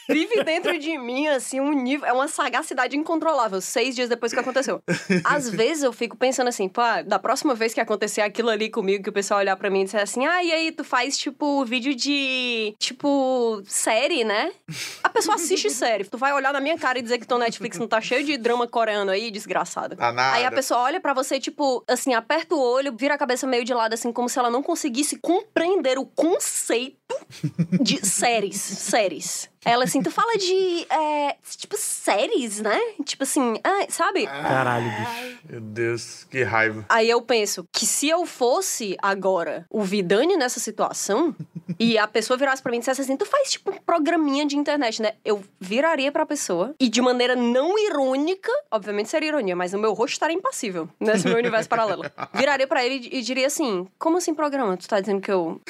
[SPEAKER 1] Vive dentro de mim, assim, um nível. É uma sagacidade incontrolável, seis dias depois que aconteceu. Às vezes eu fico pensando assim, pá, da próxima vez que acontecer aquilo ali comigo, que o pessoal olhar pra mim e disser assim, ah, e aí, tu faz, tipo, vídeo de. Tipo, série, né? A pessoa assiste série. Tu vai olhar na minha cara e dizer que teu Netflix não tá cheio de drama coreano aí, desgraçada.
[SPEAKER 3] Tá nada.
[SPEAKER 1] Aí a pessoa olha pra você, tipo, assim, aperta o olho, vira a cabeça meio de lado, assim, como se ela não conseguisse compreender o conceito de séries. Séries. Ela, assim, tu fala de. é, tipo, séries, né? Tipo assim, ah, sabe?
[SPEAKER 2] Caralho, bicho.
[SPEAKER 3] Meu Deus, que raiva.
[SPEAKER 1] Aí eu penso que se eu fosse agora o Vidani nessa situação e a pessoa virasse pra mim e dissesse assim: tu faz tipo um programinha de internet, né? Eu viraria pra pessoa e de maneira não irônica, obviamente seria ironia, mas o meu rosto estaria impassível nesse meu universo paralelo. Viraria pra ele e diria assim: como assim programa? Tu tá dizendo que eu.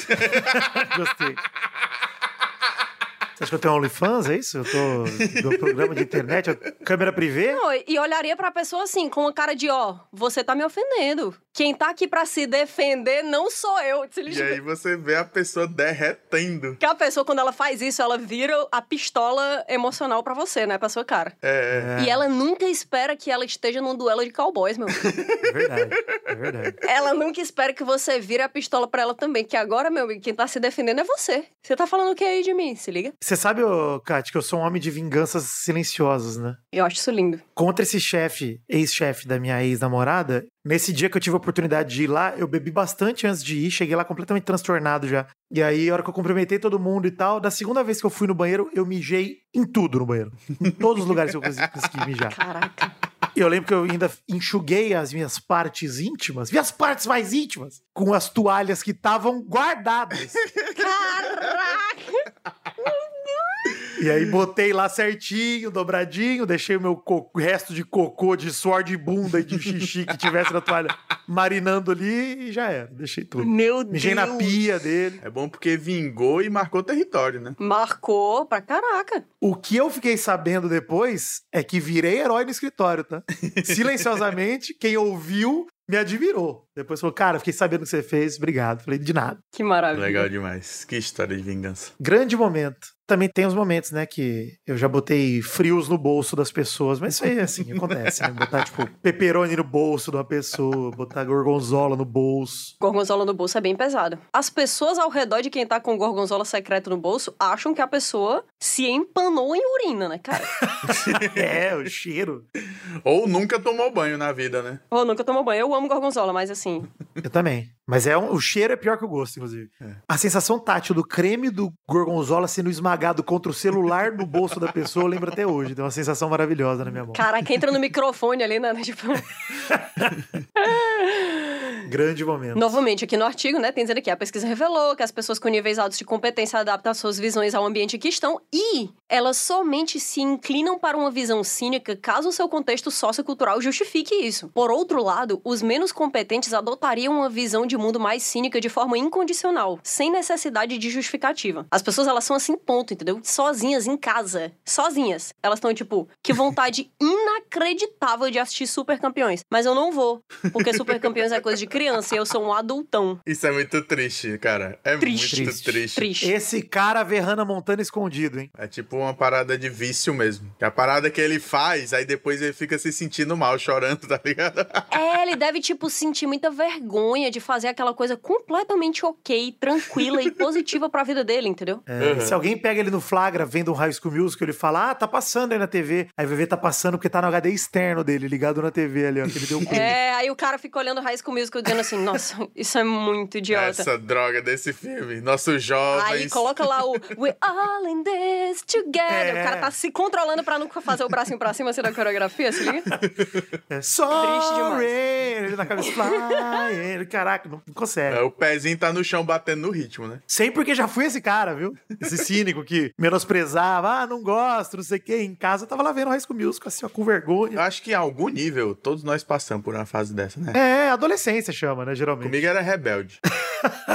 [SPEAKER 2] Gostei. Você acha que eu tenho OnlyFans, é isso? Eu tô do programa de internet, eu- câmera privê?
[SPEAKER 1] Não, e olharia pra pessoa assim, com a cara de: ó, você tá me ofendendo. Quem tá aqui pra se defender não sou eu. Se
[SPEAKER 3] E
[SPEAKER 1] liga.
[SPEAKER 3] aí você vê a pessoa derretendo.
[SPEAKER 1] Porque a pessoa, quando ela faz isso, ela vira a pistola emocional pra você, né? Pra sua cara.
[SPEAKER 3] É,
[SPEAKER 1] E ela nunca espera que ela esteja num duelo de cowboys, meu.
[SPEAKER 2] É verdade, é verdade.
[SPEAKER 1] ela nunca espera que você vire a pistola pra ela também. Que agora, meu amigo, quem tá se defendendo é você. Você tá falando o que aí de mim? Se liga.
[SPEAKER 2] Você sabe, ô, Kat, que eu sou um homem de vinganças silenciosas, né?
[SPEAKER 1] Eu acho isso lindo.
[SPEAKER 2] Contra esse chefe, ex-chefe da minha ex-namorada, nesse dia que eu tive a oportunidade de ir lá, eu bebi bastante antes de ir, cheguei lá completamente transtornado já. E aí, a hora que eu cumprimentei todo mundo e tal, da segunda vez que eu fui no banheiro, eu mijei em tudo no banheiro. Em todos os lugares que eu consegui, consegui mijar.
[SPEAKER 1] Caraca.
[SPEAKER 2] E eu lembro que eu ainda enxuguei as minhas partes íntimas, minhas partes mais íntimas, com as toalhas que estavam guardadas.
[SPEAKER 1] Caraca!
[SPEAKER 2] E aí botei lá certinho, dobradinho, deixei o meu co- resto de cocô, de suor de bunda e de xixi que tivesse na toalha marinando ali e já era. Deixei tudo.
[SPEAKER 1] Meu Deus.
[SPEAKER 2] Mijei na pia dele.
[SPEAKER 3] é bom porque vingou e marcou território, né?
[SPEAKER 1] Marcou pra caraca.
[SPEAKER 2] O que eu fiquei sabendo depois é que virei herói no escritório, tá? Silenciosamente, quem ouviu me admirou. Depois falou, cara, fiquei sabendo o que você fez, obrigado. Falei, de nada.
[SPEAKER 1] Que maravilha.
[SPEAKER 3] Legal demais. Que história de vingança.
[SPEAKER 2] Grande momento. também tem os momentos, né, que eu já botei frios no bolso das pessoas, mas isso aí, assim, acontece, né? Botar, tipo, peperoni no bolso de uma pessoa, botar gorgonzola no bolso.
[SPEAKER 1] Gorgonzola no bolso é bem pesado. As pessoas ao redor de quem tá com gorgonzola secreto no bolso acham que a pessoa se empanou em urina, né, cara?
[SPEAKER 2] é, o cheiro.
[SPEAKER 3] Ou nunca tomou banho na vida, né?
[SPEAKER 1] Ou nunca tomou banho. Eu amo gorgonzola, mas assim,
[SPEAKER 2] Eu também. Mas é um- o cheiro é pior que o gosto, inclusive. A sensação tátil do creme do gorgonzola sendo esmagado contra o celular no bolso da pessoa, eu lembro até hoje. Deu uma sensação maravilhosa na minha mão.
[SPEAKER 1] caraca, entra no microfone ali, né? Tipo.
[SPEAKER 2] Grande momento.
[SPEAKER 1] Novamente, aqui no artigo, né, tem dizendo que a pesquisa revelou que as pessoas com níveis altos de competência adaptam suas visões ao ambiente em que estão e elas somente se inclinam para uma visão cínica caso o seu contexto sociocultural justifique isso. Por outro lado, os menos competentes adotariam uma visão de mundo mais cínica de forma incondicional, sem necessidade de justificativa. As pessoas, elas são assim, ponto, entendeu? Sozinhas em casa, sozinhas. Elas estão, tipo, que vontade inacreditável de assistir Super Campeões. Mas eu não vou, porque Super Campeões é coisa de criança e eu sou um adultão.
[SPEAKER 3] Isso é muito triste, cara. É
[SPEAKER 1] Triste.
[SPEAKER 3] muito triste.
[SPEAKER 1] Triste.
[SPEAKER 2] Esse cara vê Hannah Montana escondido, hein?
[SPEAKER 3] É tipo uma parada de vício mesmo. Que é a parada que ele faz, aí depois ele fica se sentindo mal, chorando, tá ligado?
[SPEAKER 1] É, ele deve, tipo, sentir muita vergonha de fazer aquela coisa completamente ok, tranquila e positiva pra vida dele, entendeu?
[SPEAKER 2] É,
[SPEAKER 3] Uhum.
[SPEAKER 2] Se alguém pega ele no flagra vendo um High School Musical, ele fala, ah, tá passando aí na TV. Aí vai ver, tá passando porque tá no HD externo dele, ligado na TV ali, ó, que ele deu um clique.
[SPEAKER 1] É, aí o cara fica olhando Raiz com Musical dizendo assim, nossa, isso é muito idiota.
[SPEAKER 3] Essa droga desse filme. Nossos jovens.
[SPEAKER 1] Aí coloca lá o We're all in this together.
[SPEAKER 2] É.
[SPEAKER 1] O cara tá se controlando pra nunca fazer o bracinho pra cima assim da coreografia, se liga?
[SPEAKER 2] É, Sorry!
[SPEAKER 1] demais.
[SPEAKER 2] Ele na cabeça, fly, ele, caraca, não não consegue.
[SPEAKER 3] É, o pezinho tá no chão batendo no ritmo, né?
[SPEAKER 2] Sei porque já fui esse cara, viu? Esse cínico que menosprezava, ah, não gosto, não sei o quê. Em casa eu tava lá vendo High School Musical, assim, ó, com vergonha.
[SPEAKER 3] Eu acho que em algum nível todos nós passamos por uma fase dessa, né?
[SPEAKER 2] É, adolescência chama, né, geralmente.
[SPEAKER 3] Comigo era rebelde.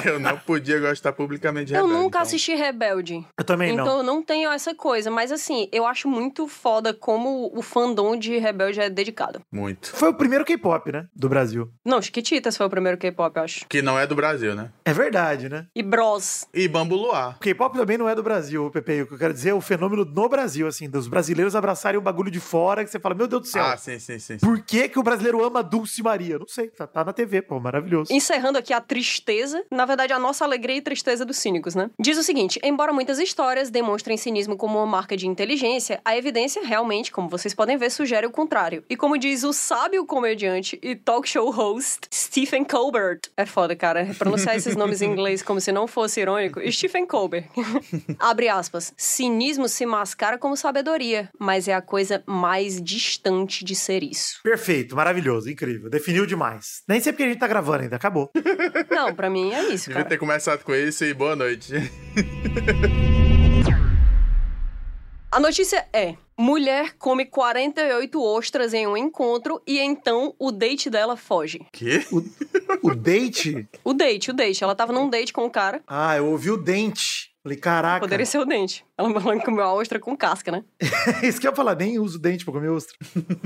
[SPEAKER 3] eu não podia gostar publicamente de
[SPEAKER 1] Eu
[SPEAKER 3] rebelde.
[SPEAKER 1] nunca
[SPEAKER 3] então-
[SPEAKER 1] assisti Rebelde.
[SPEAKER 2] Eu também
[SPEAKER 1] então
[SPEAKER 2] não.
[SPEAKER 1] eu não tenho essa coisa. Mas assim, eu acho muito foda como o fandom de Rebelde é dedicado.
[SPEAKER 3] Muito.
[SPEAKER 2] Foi o primeiro K-pop, né, do Brasil.
[SPEAKER 1] Não, Chiquititas foi o primeiro K-pop, eu acho.
[SPEAKER 3] Que não é do Brasil, né?
[SPEAKER 2] É verdade, né?
[SPEAKER 1] E Bros.
[SPEAKER 3] E Bambu Luar.
[SPEAKER 2] O K-pop também não é do Brasil, o Pepe. O que eu quero dizer é o fenômeno no Brasil, assim, dos brasileiros abraçarem um bagulho de fora que você fala, meu Deus do céu,
[SPEAKER 3] Ah, sim, sim, sim. sim.
[SPEAKER 2] por que, que o brasileiro ama Dulce Maria? Não sei, tá, tá na TV, pô, maravilhoso.
[SPEAKER 1] Encerrando aqui a tristeza, na verdade a nossa alegria e tristeza dos cínicos, né? Diz o seguinte: embora muitas histórias demonstrem cinismo como uma marca de inteligência, a evidência realmente, como vocês podem ver, sugere o contrário. E como diz o sábio comediante e talk show host Stephen Colbert, é foda, cara, pronunciar esses nomes em inglês como se não fosse irônico, Stephen Colbert. Abre aspas. Cinismo se mascara como sabedoria, mas é a coisa mais distante de ser isso.
[SPEAKER 2] Perfeito, maravilhoso, incrível. Definiu demais. Nem sei porque a gente tá gravando ainda, acabou.
[SPEAKER 1] Não, pra mim é isso,
[SPEAKER 3] Devia
[SPEAKER 1] cara.
[SPEAKER 3] ter começado com isso e boa noite.
[SPEAKER 1] A notícia é: mulher come 48 ostras em um encontro e então o date dela foge.
[SPEAKER 3] que?
[SPEAKER 2] O date?
[SPEAKER 1] O date, o date. Ela tava num date com o cara.
[SPEAKER 2] Ah, eu ouvi o dente. Falei, caraca.
[SPEAKER 1] Poderia ser o dente. Ela falando que comeu a ostra com casca, né?
[SPEAKER 2] é Isso que eu ia falar, nem uso dente pra comer ostra.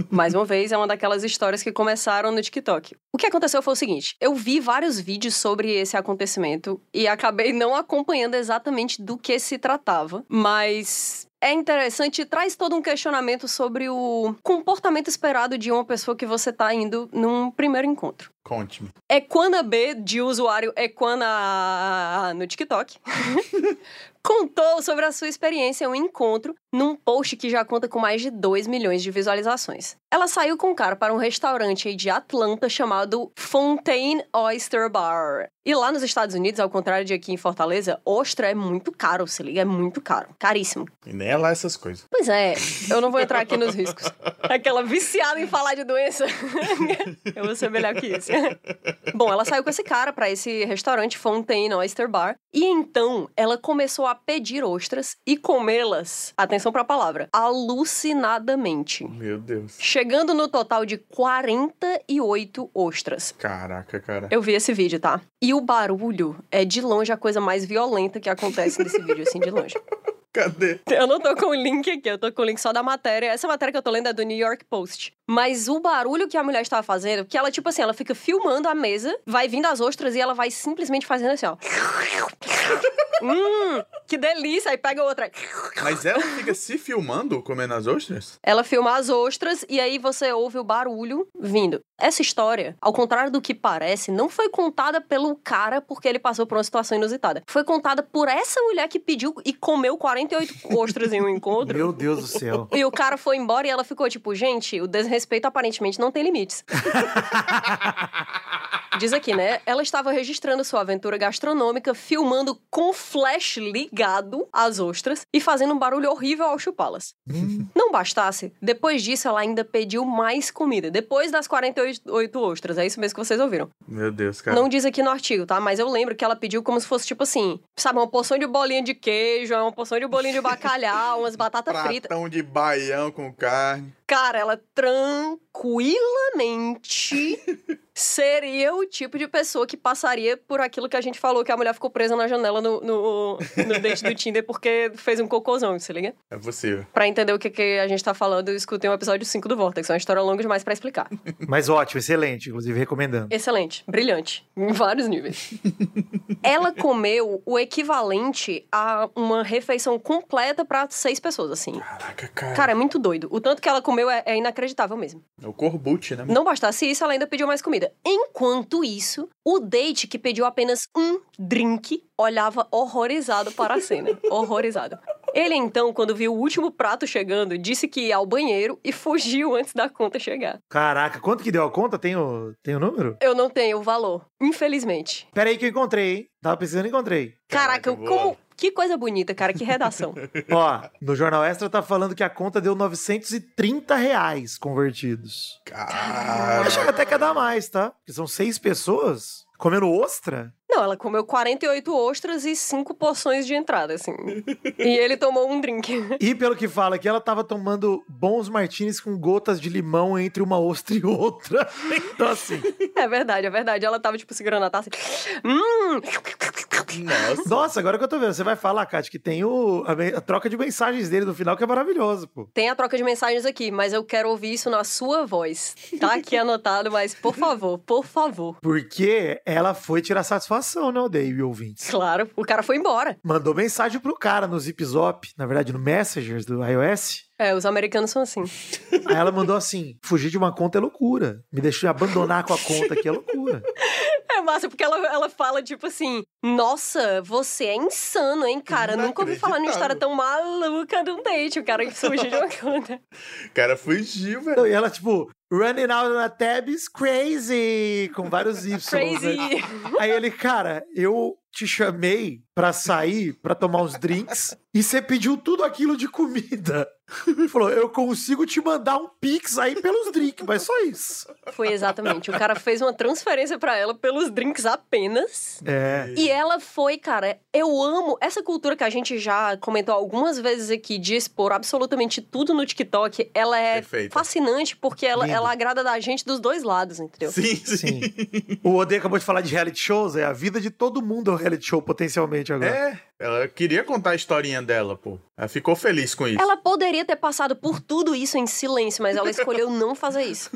[SPEAKER 1] Mais uma vez, é uma daquelas histórias que começaram no TikTok. O que aconteceu foi o seguinte: eu vi vários vídeos sobre esse acontecimento e acabei não acompanhando exatamente do que se tratava, mas. É interessante, e traz todo um questionamento sobre o comportamento esperado de uma pessoa que você tá indo num primeiro encontro.
[SPEAKER 3] Conte-me.
[SPEAKER 1] Equana É B, de usuário é Equana no TikTok, contou sobre a sua experiência em um encontro num post que já conta com mais de 2 milhões de visualizações. Ela saiu com um cara para um restaurante aí de Atlanta chamado Fontaine Oyster Bar. E lá nos Estados Unidos, ao contrário de aqui em Fortaleza, ostra é muito caro, se liga, é muito caro, caríssimo.
[SPEAKER 3] E nem é lá essas coisas.
[SPEAKER 1] Pois é, eu não vou entrar aqui nos riscos. Aquela viciada em falar de doença. eu vou ser melhor que isso. Bom, ela saiu com esse cara pra esse restaurante Fontaine Oyster Bar. E então ela começou a pedir ostras e comê-las, atenção pra palavra, alucinadamente.
[SPEAKER 3] Meu Deus.
[SPEAKER 1] Chegando no total de 48 ostras.
[SPEAKER 3] Caraca, cara.
[SPEAKER 1] Eu vi esse vídeo, tá? E o barulho é de longe a coisa mais violenta que acontece nesse vídeo, assim, de longe.
[SPEAKER 3] Cadê?
[SPEAKER 1] Eu não tô com o link aqui, eu tô com o link só da matéria. Essa matéria que eu tô lendo é do New York Post. Mas o barulho que a mulher estava fazendo, que ela, tipo assim, ela fica filmando a mesa, vai vindo as ostras e ela vai simplesmente fazendo assim, ó. hum, que delícia. Aí pega outra.
[SPEAKER 3] Mas ela fica se filmando comendo as ostras?
[SPEAKER 1] Ela filma as ostras e aí você ouve o barulho vindo. Essa história, ao contrário do que parece, não foi contada pelo cara porque ele passou por uma situação inusitada. Foi contada por essa mulher que pediu e comeu 48 ostras em um encontro.
[SPEAKER 2] Meu Deus do céu.
[SPEAKER 1] E o cara foi embora e ela ficou tipo, gente, o desrespeito aparentemente não tem limites. Diz aqui, né? Ela estava registrando sua aventura gastronômica, filmando com flash ligado às ostras e fazendo um barulho horrível ao chupá-las. Não bastasse, depois disso ela ainda pediu mais comida, depois das 48 ostras. É isso mesmo que vocês ouviram.
[SPEAKER 3] Meu Deus, cara.
[SPEAKER 1] Não diz aqui no artigo, tá? Mas eu lembro que ela pediu como se fosse tipo assim, sabe, uma porção de bolinha de queijo, uma porção de bolinha de bacalhau, umas batatas fritas.
[SPEAKER 3] Pratão de baião com carne.
[SPEAKER 1] Cara, ela tranquilamente seria o tipo de pessoa que passaria por aquilo que a gente falou, que a mulher ficou presa na janela no, no, no dente do Tinder porque fez um cocôzão, se liga?
[SPEAKER 3] É possível.
[SPEAKER 1] Pra entender o que, que a gente tá falando, escutem o episódio 5 do Vortex. É uma história longa demais pra explicar.
[SPEAKER 2] Mas ótimo, excelente, inclusive recomendando.
[SPEAKER 1] Excelente, brilhante, em vários níveis. Ela comeu o equivalente a uma refeição completa pra seis pessoas, assim.
[SPEAKER 3] Caraca, cara.
[SPEAKER 1] Cara, é muito doido. O tanto que ela comeu é, é inacreditável mesmo.
[SPEAKER 3] É o corbute, né?
[SPEAKER 1] Não bastasse isso, ela ainda pediu mais comida. Enquanto isso, o date que pediu apenas um drink olhava horrorizado para a cena. horrorizado. Ele então, quando viu o último prato chegando, disse que ia ao banheiro e fugiu antes da conta chegar.
[SPEAKER 2] Caraca, quanto que deu a conta? Tem o, tem o número?
[SPEAKER 1] Eu não tenho o valor, infelizmente.
[SPEAKER 2] Pera aí que eu encontrei, hein? Tava precisando, encontrei.
[SPEAKER 1] Caraca,
[SPEAKER 3] Caraca,
[SPEAKER 1] eu
[SPEAKER 3] boa.
[SPEAKER 1] como. Que coisa bonita, cara, que redação.
[SPEAKER 2] Ó, no Jornal Extra tá falando que a conta deu 930 reais convertidos. Eu
[SPEAKER 3] Cara.
[SPEAKER 2] achava até que ia dar mais, tá? Porque são seis pessoas comendo ostra.
[SPEAKER 1] Não, ela comeu 48 ostras e cinco porções de entrada, assim. E ele tomou um drink.
[SPEAKER 2] E pelo que fala aqui, ela tava tomando bons martinis com gotas de limão entre uma ostra e outra. Então assim,
[SPEAKER 1] É verdade, é verdade. Ela tava, tipo, segurando a taça. Hum!
[SPEAKER 3] Nossa.
[SPEAKER 2] nossa, agora que eu tô vendo, você vai falar, Kátia, que tem o, a, me- a troca de mensagens dele no final que é maravilhoso, pô.
[SPEAKER 1] Tem a troca de mensagens aqui, mas eu quero ouvir isso na sua voz. Tá aqui anotado, mas por favor, por favor.
[SPEAKER 2] Porque ela foi tirar satisfação, né, Odeio e ouvintes.
[SPEAKER 1] Claro, o cara foi embora.
[SPEAKER 2] Mandou mensagem pro cara no Zip Zop, na verdade no Messengers do iOS.
[SPEAKER 1] É, os americanos são assim.
[SPEAKER 2] Aí ela mandou assim: fugir de uma conta é loucura. Me deixou abandonar com a conta aqui é loucura.
[SPEAKER 1] É massa, porque ela, ela fala, tipo assim, nossa, você é insano, hein, cara? Nunca ouvi falar numa história tão maluca de um date. O cara que surge de uma conta.
[SPEAKER 3] O cara fugiu, velho.
[SPEAKER 2] Então, e ela, tipo, running out na tabs crazy, com vários Y.
[SPEAKER 1] Crazy.
[SPEAKER 2] né? Aí ele, cara, eu te chamei pra sair, pra tomar uns drinks, e você pediu tudo aquilo de comida. Ele falou, eu consigo te mandar um pix aí pelos drinks, mas só isso.
[SPEAKER 1] Foi exatamente. O cara fez uma transferência pra ela pelos drinks apenas.
[SPEAKER 2] É.
[SPEAKER 1] E ela foi, cara, eu amo essa cultura que a gente já comentou algumas vezes aqui de expor absolutamente tudo no TikTok. Ela é
[SPEAKER 3] Perfeita.
[SPEAKER 1] fascinante porque ela,
[SPEAKER 2] Lindo.
[SPEAKER 1] ela agrada da gente dos dois lados, entendeu?
[SPEAKER 3] Sim, sim.
[SPEAKER 2] Sim. O Odeio acabou de falar de reality shows, é a vida de todo mundo é um reality show potencialmente agora.
[SPEAKER 3] É, ela queria contar a historinha dela, pô. Ela ficou feliz com isso.
[SPEAKER 1] Ela poderia ter passado por tudo isso em silêncio, mas ela escolheu não fazer isso.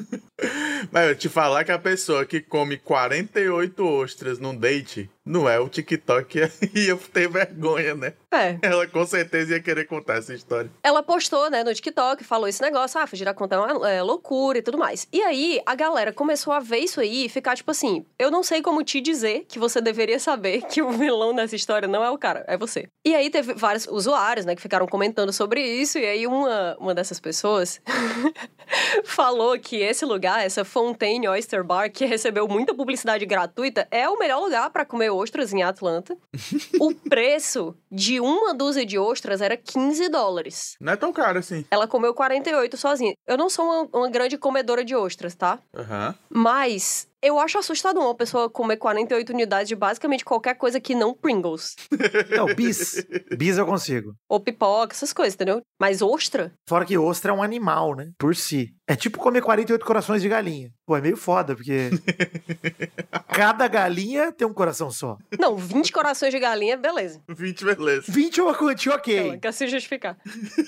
[SPEAKER 3] Mas eu te falar que a pessoa que come 48 ostras num date não é o TikTok ia ter vergonha, né?
[SPEAKER 1] É.
[SPEAKER 3] Ela com certeza ia querer contar essa história.
[SPEAKER 1] Ela postou, né, no TikTok, falou esse negócio, ah, fugir da conta é uma é, loucura e tudo mais. E aí, a galera começou a ver isso aí e ficar tipo assim, eu não sei como te dizer que você deveria saber que o vilão dessa história não é o cara, é você. E aí teve vários usuários, né, que ficaram comentando sobre isso, e aí uma, uma dessas pessoas falou que esse lugar, essa Fontaine Oyster Bar, que recebeu muita publicidade gratuita, é o melhor lugar pra comer ostras em Atlanta. o preço de uma dúzia de ostras era 15 dólares.
[SPEAKER 3] Não é tão caro assim.
[SPEAKER 1] Ela comeu 48 sozinha. Eu não sou uma, uma grande comedora de ostras, tá?
[SPEAKER 3] Aham.
[SPEAKER 1] Mas eu acho assustador uma pessoa comer 48 unidades de basicamente qualquer coisa que não Pringles.
[SPEAKER 2] Não, bis. Bis eu consigo.
[SPEAKER 1] Ou pipoca, essas coisas, entendeu? Mas ostra?
[SPEAKER 2] Fora que ostra é um animal, né? Por si. É tipo comer 48 corações de galinha. Pô, é meio foda, porque cada galinha tem um coração só.
[SPEAKER 1] Não, 20 corações de galinha, beleza.
[SPEAKER 3] 20, beleza.
[SPEAKER 2] 20 é uma quantia
[SPEAKER 1] Ela
[SPEAKER 2] ok.
[SPEAKER 1] quer se justificar.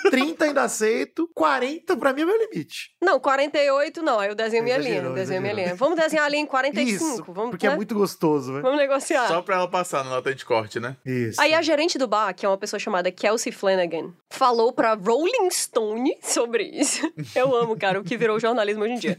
[SPEAKER 2] 30 ainda aceito. 40 pra mim é meu limite.
[SPEAKER 1] Não, 48 não, aí eu desenho minha
[SPEAKER 2] Exagerou,
[SPEAKER 1] linha. eu Desenho minha
[SPEAKER 2] exagerou.
[SPEAKER 1] linha. Vamos desenhar a linha em 45.
[SPEAKER 2] Isso,
[SPEAKER 1] vamos,
[SPEAKER 2] porque
[SPEAKER 1] né?
[SPEAKER 2] é muito gostoso, velho.
[SPEAKER 1] Vamos negociar.
[SPEAKER 3] Só pra ela passar na nota de corte, né?
[SPEAKER 2] Isso.
[SPEAKER 1] Aí a gerente do bar, que é uma pessoa chamada Kelsey Flanagan, falou pra Rolling Stone sobre isso. Eu amo, cara, o que virou jornalismo hoje em dia.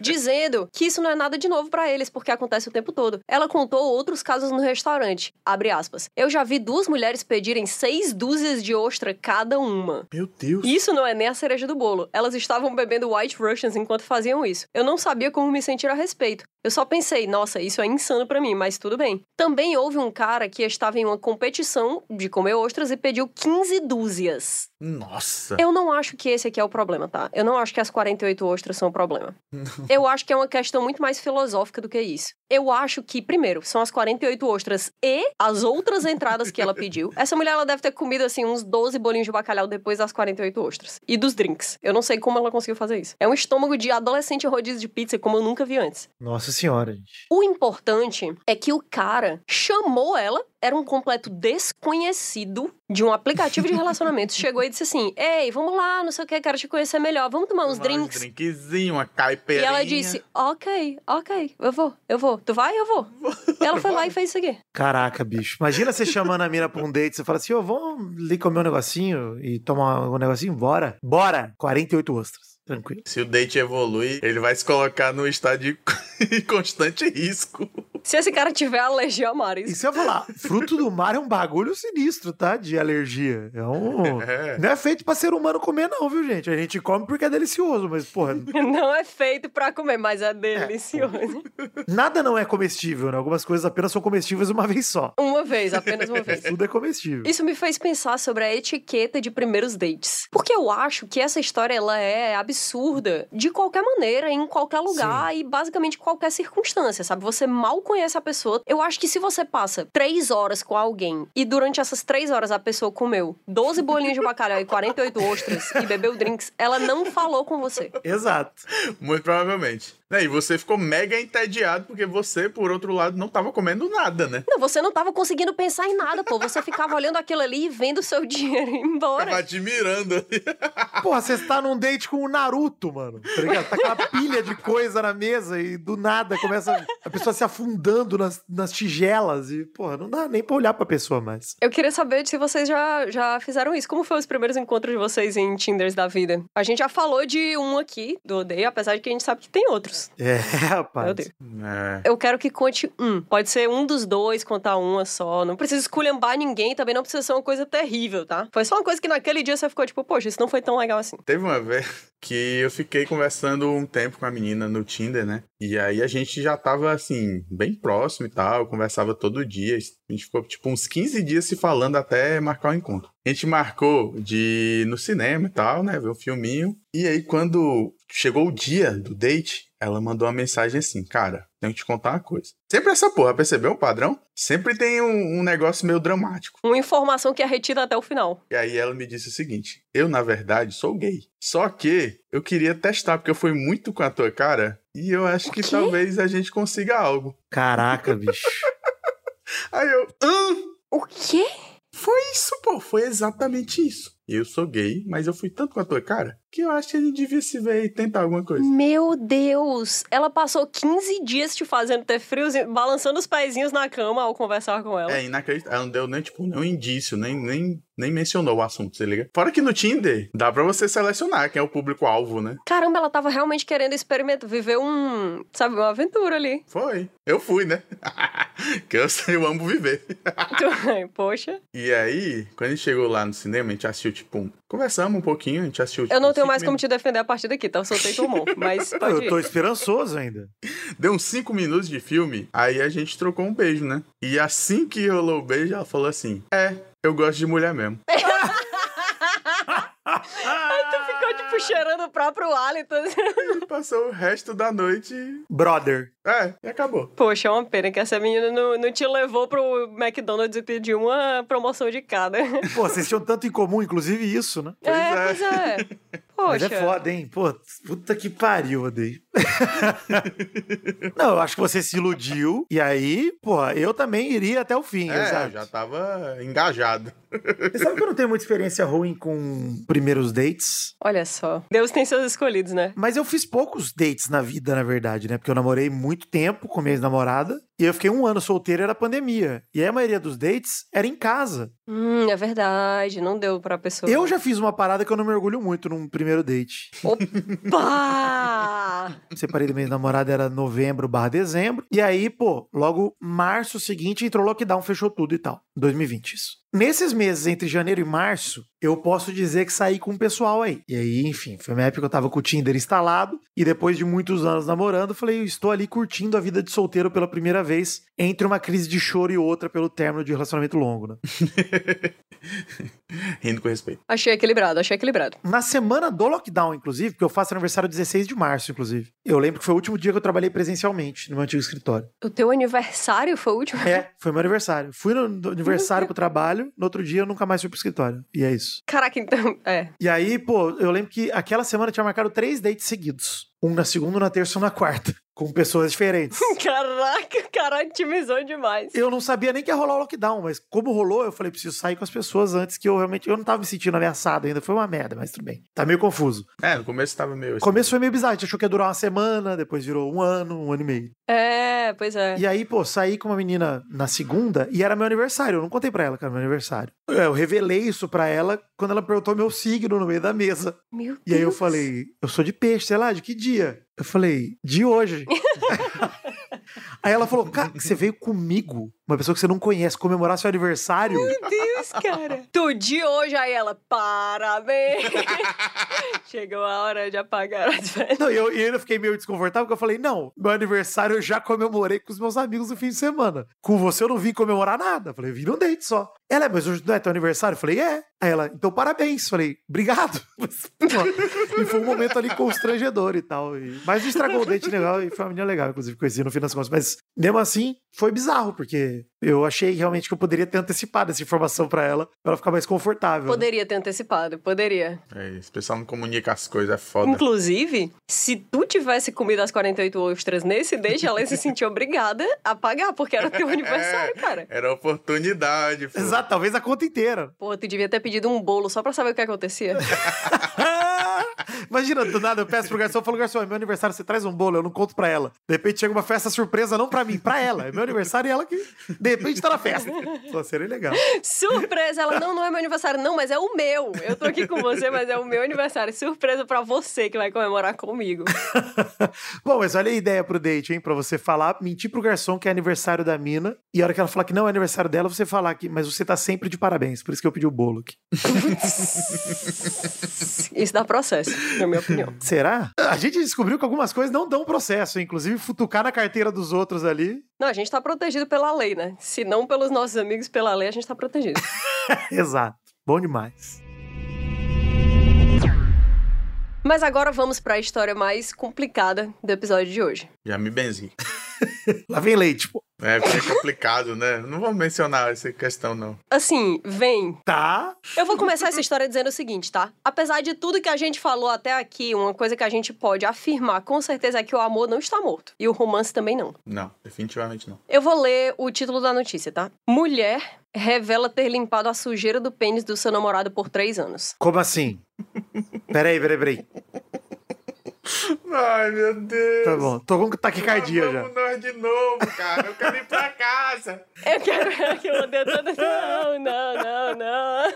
[SPEAKER 1] Dizendo que isso não é nada de novo pra eles, porque acontece o tempo todo. Ela contou outros casos no restaurante. Abre aspas. Eu já vi duas mulheres pedirem seis dúzias de ostra cada uma.
[SPEAKER 3] Meu Deus.
[SPEAKER 1] Isso não é nem a cereja do bolo. Elas estavam bebendo White Russians enquanto faziam isso. Eu não sabia como me sentir a respeito. Eu só pensei, nossa, isso é insano pra mim, mas tudo bem. Também houve um cara que estava em uma competição de comer ostras e pediu 15 dúzias.
[SPEAKER 3] Nossa.
[SPEAKER 1] Eu não acho que esse aqui é o problema, tá? Eu não acho que as 48 ostras são o problema. Eu acho que é uma questão muito mais filosófica do que isso. Eu acho que, primeiro, são as 48 ostras e as outras entradas que ela pediu. Essa mulher, ela deve ter comido, assim, uns 12 bolinhos de bacalhau depois das 48 ostras. E dos drinks. Eu não sei como ela conseguiu fazer isso. É um estômago de adolescente rodízio de pizza como eu nunca vi antes.
[SPEAKER 2] Nossa senhora, gente.
[SPEAKER 1] O importante é que o cara chamou ela, era um completo desconhecido de um aplicativo de relacionamento. Chegou e disse assim: Ei, vamos lá, não sei o que, quero te conhecer melhor, vamos tomar uns
[SPEAKER 3] Tomar
[SPEAKER 1] drinks.
[SPEAKER 3] Um drinkzinho, uma
[SPEAKER 1] E
[SPEAKER 3] caipirinha.
[SPEAKER 1] ela disse: Ok, ok, eu vou, eu vou. Tu vai? Eu vou. Ela foi lá e fez isso aqui.
[SPEAKER 2] Caraca, bicho. Imagina você chamando a mina pra um date, você fala assim, ô, vamos ali comer um negocinho e tomar um negocinho? Bora. Bora. 48 ostras. Tranquilo.
[SPEAKER 3] Se o date evolui, ele vai se colocar num estado de constante risco.
[SPEAKER 1] Se esse cara tiver alergia a
[SPEAKER 2] E
[SPEAKER 1] marisco.
[SPEAKER 2] se eu falar, fruto do mar é um bagulho sinistro, tá? De alergia. É um...
[SPEAKER 3] É.
[SPEAKER 2] Não é feito pra ser humano comer, não, viu, gente? A gente come porque é delicioso, mas, porra,
[SPEAKER 1] Não é feito pra comer, mas é delicioso.
[SPEAKER 2] nada não é comestível, né? Algumas coisas apenas são comestíveis uma vez só.
[SPEAKER 1] Uma vez, apenas uma vez.
[SPEAKER 2] Tudo é comestível.
[SPEAKER 1] Isso me fez pensar sobre a etiqueta de primeiros dates. Porque eu acho que essa história ela é absurda de qualquer maneira, em qualquer lugar e basicamente qualquer circunstância, sabe? Você mal conhece a pessoa. Eu acho que se você passa três horas com alguém e durante essas três horas a pessoa comeu 12 bolinhos de bacalhau e 48 ostras e bebeu drinks, ela não falou com você.
[SPEAKER 2] Exato.
[SPEAKER 3] Muito provavelmente. Né, E você ficou mega entediado porque você, por outro lado, não tava comendo nada, né?
[SPEAKER 1] Não, você não tava conseguindo pensar em nada, pô. Você ficava olhando aquilo ali e vendo o seu dinheiro ir
[SPEAKER 3] Tava
[SPEAKER 1] embora.
[SPEAKER 3] admirando.
[SPEAKER 2] Porra, você está num date com o Naruto, mano. Tá ligado? Tá com uma pilha de coisa na mesa e do nada começa a pessoa se afundando nas, nas tigelas e, porra, não dá nem pra olhar pra pessoa mais.
[SPEAKER 1] Eu queria saber se vocês já, já fizeram isso. Como foram os primeiros encontros de vocês em Tinders da vida? A gente já falou de um aqui, do Odeio, apesar de que a gente sabe que tem outros.
[SPEAKER 2] É, rapaz.
[SPEAKER 1] Meu Deus.
[SPEAKER 3] É.
[SPEAKER 1] Eu quero que conte um. Pode ser um dos dois, contar uma só. Não precisa esculhambar ninguém, também não precisa ser uma coisa terrível, tá? Foi só uma coisa que naquele dia você ficou tipo, poxa, isso não foi tão legal assim.
[SPEAKER 3] Teve uma vez que eu fiquei conversando um tempo com a menina no Tinder, né? E aí a gente já tava, assim, bem próximo e tal, conversava todo dia. A gente ficou, tipo, uns 15 dias se falando até marcar o encontro. A gente marcou de ir no cinema e tal, né? Ver um filminho. E aí, quando chegou o dia do date, ela mandou uma mensagem assim, cara, tenho que te contar uma coisa. Sempre essa porra, percebeu o padrão? Sempre tem um- um negócio meio dramático.
[SPEAKER 1] Uma informação que é retida até o final.
[SPEAKER 3] E aí ela me disse o seguinte: eu, na verdade, sou gay. Só que eu queria testar, porque eu fui muito com a tua cara. E eu acho que
[SPEAKER 1] quê?
[SPEAKER 3] talvez a gente consiga algo.
[SPEAKER 2] Caraca, bicho.
[SPEAKER 3] Aí eu, hã?
[SPEAKER 1] O quê?
[SPEAKER 3] Foi isso, pô. Foi exatamente isso. Eu sou gay, mas eu fui tanto com a tua cara que eu acho que a gente devia se ver e tentar alguma coisa.
[SPEAKER 1] Meu Deus! Ela passou 15 dias te fazendo ter frios, e balançando os pezinhos na cama ao conversar com ela.
[SPEAKER 3] É inacreditável. Ela não deu nem, tipo, nenhum indício, nem, nem, nem mencionou o assunto, se liga? Fora que no Tinder, dá pra você selecionar quem é o público-alvo, né?
[SPEAKER 1] Caramba, ela tava realmente querendo experimentar, viver um, sabe, uma aventura ali.
[SPEAKER 3] Foi. Eu fui, né? que eu, eu amo viver.
[SPEAKER 1] Tu- Tipo, Poxa,
[SPEAKER 3] E aí, quando a gente chegou lá no cinema, a gente assistiu, tipo, conversamos um pouquinho, a gente assistiu.
[SPEAKER 1] eu não
[SPEAKER 3] tipo,
[SPEAKER 1] tenho
[SPEAKER 3] cinco
[SPEAKER 1] mais como
[SPEAKER 3] minutos.
[SPEAKER 1] te defender a partir daqui, tá? Eu soltei tua mão, mas pode
[SPEAKER 2] Eu tô
[SPEAKER 1] ir.
[SPEAKER 2] esperançoso ainda.
[SPEAKER 3] Deu uns cinco minutos de filme, aí a gente trocou um beijo, né? E assim que rolou o beijo, ela falou assim: É, eu gosto de mulher mesmo.
[SPEAKER 1] Ai, tu ficou, tipo, cheirando o próprio hálito.
[SPEAKER 3] E passou o resto da noite.
[SPEAKER 2] Brother.
[SPEAKER 3] É, e acabou.
[SPEAKER 1] Poxa, é uma pena que essa menina não, não te levou pro McDonald's e pediu uma promoção de cada.
[SPEAKER 2] Pô, vocês tinham tanto em comum, inclusive isso, né?
[SPEAKER 3] Pois
[SPEAKER 1] é,
[SPEAKER 3] é.
[SPEAKER 1] pois é.
[SPEAKER 2] Mas
[SPEAKER 1] Poxa.
[SPEAKER 2] é foda, hein? Pô, puta que pariu, odeio. não, eu acho que você se iludiu. E aí, pô, eu também iria até o fim,
[SPEAKER 3] É, eu
[SPEAKER 2] exato.
[SPEAKER 3] já tava engajado.
[SPEAKER 2] Você sabe que eu não tenho muita experiência ruim com primeiros dates?
[SPEAKER 1] Olha só. Deus tem seus escolhidos, né?
[SPEAKER 2] Mas eu fiz poucos dates na vida, na verdade, né? Porque eu namorei muito tempo com minha ex-namorada. E eu fiquei um ano solteiro, era pandemia. E aí a maioria dos dates era em casa.
[SPEAKER 1] Hum, é verdade. Não deu pra pessoa.
[SPEAKER 2] Eu já fiz uma parada que eu não me orgulho muito num primeiro date.
[SPEAKER 1] Pá!
[SPEAKER 2] Separei da minha namorada, era novembro barra dezembro. E aí, pô, logo março seguinte entrou lockdown, fechou tudo e tal. 2020 isso. Nesses meses, entre janeiro e março, eu posso dizer que saí com o pessoal aí. E aí, enfim, foi uma época que eu tava com o Tinder instalado. E depois de muitos anos namorando, eu falei, eu estou ali curtindo a vida de solteiro pela primeira vez. Entre uma crise de choro e outra pelo término de relacionamento longo, né?
[SPEAKER 3] Rindo com respeito.
[SPEAKER 1] Achei equilibrado, achei equilibrado.
[SPEAKER 2] Na semana do lockdown, inclusive, porque eu faço aniversário 16 de março, inclusive. Eu lembro que foi o último dia que eu trabalhei presencialmente no meu antigo escritório.
[SPEAKER 1] O teu aniversário foi o último?
[SPEAKER 2] É, foi meu aniversário. Fui no no aniversário pro trabalho, no outro dia eu nunca mais fui pro escritório. E é isso.
[SPEAKER 1] Caraca, então. É.
[SPEAKER 2] E aí, pô, eu lembro que aquela semana eu tinha marcado três dates seguidos. Um na segunda, um na terça e um na quarta. Com pessoas diferentes.
[SPEAKER 1] Caraca, cara, otimizou demais.
[SPEAKER 2] Eu não sabia nem que ia rolar o lockdown, mas como rolou, eu falei, preciso sair com as pessoas antes, que eu realmente... Eu não tava me sentindo ameaçado ainda, foi uma merda, mas tudo bem. Tá meio confuso.
[SPEAKER 3] É, no começo tava meio.
[SPEAKER 2] O começo foi meio bizarro, a gente achou que ia durar uma semana, depois virou um ano, um ano e meio.
[SPEAKER 1] É, pois é.
[SPEAKER 2] E aí, pô, saí com uma menina na segunda e era meu aniversário. Eu não contei pra ela que era meu aniversário. É, Eu revelei isso pra ela quando ela perguntou meu signo no meio da mesa.
[SPEAKER 1] Meu
[SPEAKER 2] E aí eu
[SPEAKER 1] Deus.
[SPEAKER 2] falei, eu sou de peixe, sei lá, de que dia? Eu falei, de hoje. aí ela falou, cara, você veio comigo, uma pessoa que você não conhece, comemorar seu aniversário?
[SPEAKER 1] Meu Deus, cara. Tu de hoje aí ela, parabéns. Chegou a hora de apagar as velhas.
[SPEAKER 2] Não, e eu, e eu fiquei meio desconfortável, porque eu falei, não, meu aniversário eu já comemorei com os meus amigos no fim de semana. Com você eu não vim comemorar nada. Eu Falei, vim num date só. Ela, mas hoje não é teu aniversário? Eu falei, é. Aí ela, então parabéns. Eu Falei, obrigado. Mas, pô, e foi um momento ali constrangedor e tal. e- mas não estragou o date legal e foi uma menina legal, inclusive, conheci no fim das contas. Mas mesmo assim, foi bizarro, porque eu achei realmente que eu poderia ter antecipado essa informação pra ela, pra ela ficar mais confortável. né?
[SPEAKER 1] Poderia ter antecipado, poderia.
[SPEAKER 3] É, esse pessoal não comunica as coisas, é foda.
[SPEAKER 1] Inclusive, se tu tivesse comido as 48 ostras nesse date, ela ia se sentir obrigada a pagar, porque era teu
[SPEAKER 2] É.
[SPEAKER 1] aniversário, cara.
[SPEAKER 3] Era oportunidade, pô.
[SPEAKER 2] Exato, talvez a conta inteira.
[SPEAKER 1] Porra, tu devia ter pedido um bolo só pra saber o que acontecia.
[SPEAKER 2] Imagina, do nada eu peço pro garçom, eu falo, garçom, é meu aniversário, você traz um bolo, eu não conto pra ela. De repente chega uma festa surpresa, não pra mim, pra ela. É meu aniversário e ela que, de repente, tá na festa. Pô, seria legal.
[SPEAKER 1] Surpresa! Ela, não, não é meu aniversário, não, mas é o meu. Eu tô aqui com você, mas é o meu aniversário. Surpresa pra você que vai comemorar comigo.
[SPEAKER 2] Bom, mas olha a ideia pro date, hein? Pra você falar, mentir pro garçom que é aniversário da mina, e a hora que ela falar que não é aniversário dela, você falar que, mas você tá sempre de parabéns, por isso que eu pedi o bolo aqui.
[SPEAKER 1] Isso dá processo, na minha opinião.
[SPEAKER 2] Será? A gente descobriu que algumas coisas não dão processo, inclusive futucar na carteira dos outros ali.
[SPEAKER 1] Não, a gente tá protegido pela lei, né? Se não pelos nossos amigos, pela lei, a gente tá protegido.
[SPEAKER 2] Exato. Bom demais.
[SPEAKER 1] Mas agora vamos pra história mais complicada do episódio de hoje.
[SPEAKER 3] Já me benzi.
[SPEAKER 2] Lá vem leite, pô.
[SPEAKER 3] É, porque é complicado, né? Não vou mencionar essa questão, não.
[SPEAKER 1] Assim, vem.
[SPEAKER 2] Tá,
[SPEAKER 1] Eu vou começar essa história dizendo o seguinte, tá? Apesar de tudo que a gente falou até aqui, uma coisa que a gente pode afirmar com certeza é que o amor não está morto. E o romance também não.
[SPEAKER 3] Não, definitivamente não.
[SPEAKER 1] Eu vou ler o título da notícia, tá? Mulher revela ter limpado a sujeira do pênis do seu namorado por três anos.
[SPEAKER 2] Como assim? Peraí, peraí, peraí.
[SPEAKER 3] Ai, meu Deus.
[SPEAKER 2] Tá bom. Tô com taquicardia
[SPEAKER 3] Não,
[SPEAKER 2] já.
[SPEAKER 3] Vamos nós de novo, cara. Eu quero ir pra casa.
[SPEAKER 1] Eu quero que eu odeio tanto. Não, não, não, não.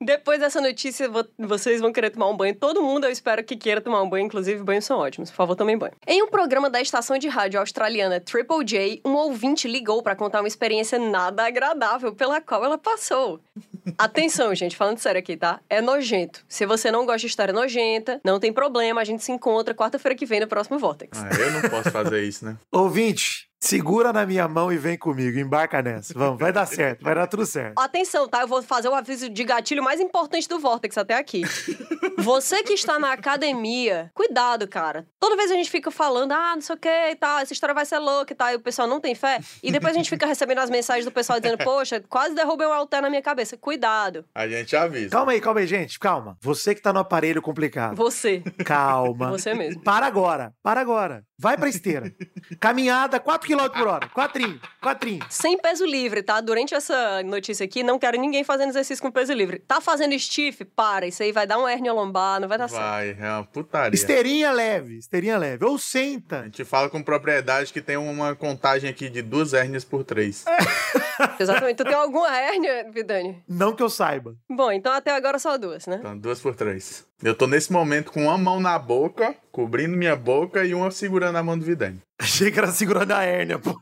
[SPEAKER 1] Depois dessa notícia, vo- vocês vão querer tomar um banho. Todo mundo, eu espero que queira tomar um banho. Inclusive, banhos são ótimos. Por favor, tomem banho. Em um programa da estação de rádio australiana Triple J, um ouvinte ligou pra contar uma experiência nada agradável pela qual ela passou. Atenção, gente, falando sério aqui, tá? É nojento. Se você não gosta de história nojenta, não tem problema. A gente se encontra quarta-feira que vem no próximo Vortex.
[SPEAKER 3] Ah, eu não posso fazer isso, né?
[SPEAKER 2] Ouvinte, Segura na minha mão e vem comigo, embarca nessa. Vamos, vai dar certo, vai dar tudo certo.
[SPEAKER 1] Atenção, tá? Eu vou fazer o aviso de gatilho mais importante do Vortex até aqui. Você que está na academia, cuidado, cara. Toda vez a gente fica falando, ah, não sei o que e tal, essa história vai ser louca e tal, e o pessoal não tem fé. E depois a gente fica recebendo as mensagens do pessoal dizendo, poxa, quase derrubei um altar na minha cabeça. Cuidado.
[SPEAKER 3] A gente avisa.
[SPEAKER 2] Calma aí, calma aí, gente, calma. Você que tá no aparelho complicado,
[SPEAKER 1] Você.
[SPEAKER 2] calma.
[SPEAKER 1] Você mesmo.
[SPEAKER 2] Para agora, para agora. Vai pra esteira. Caminhada 4 km por hora. Quatrinho, quatrinho.
[SPEAKER 1] Sem peso livre, tá? Durante essa notícia aqui, não quero ninguém fazendo exercício com peso livre. Tá fazendo stiff? Para, isso aí vai dar um hérnia lombar, não vai dar certo.
[SPEAKER 3] Vai, é uma putaria.
[SPEAKER 2] Esteirinha leve, esteirinha leve. Ou
[SPEAKER 3] A
[SPEAKER 2] senta.
[SPEAKER 3] gente fala com propriedade que tem uma contagem aqui de duas hérnias por três.
[SPEAKER 2] É.
[SPEAKER 1] Exatamente. Tu tem alguma hérnia, Vidani?
[SPEAKER 2] Não que eu saiba.
[SPEAKER 1] Bom, então até agora só duas, né?
[SPEAKER 3] Então, duas por três. Eu tô nesse momento com uma mão na boca, cobrindo minha boca, e uma segurando a mão do Vidani.
[SPEAKER 2] Achei que era segurando a hérnia, pô.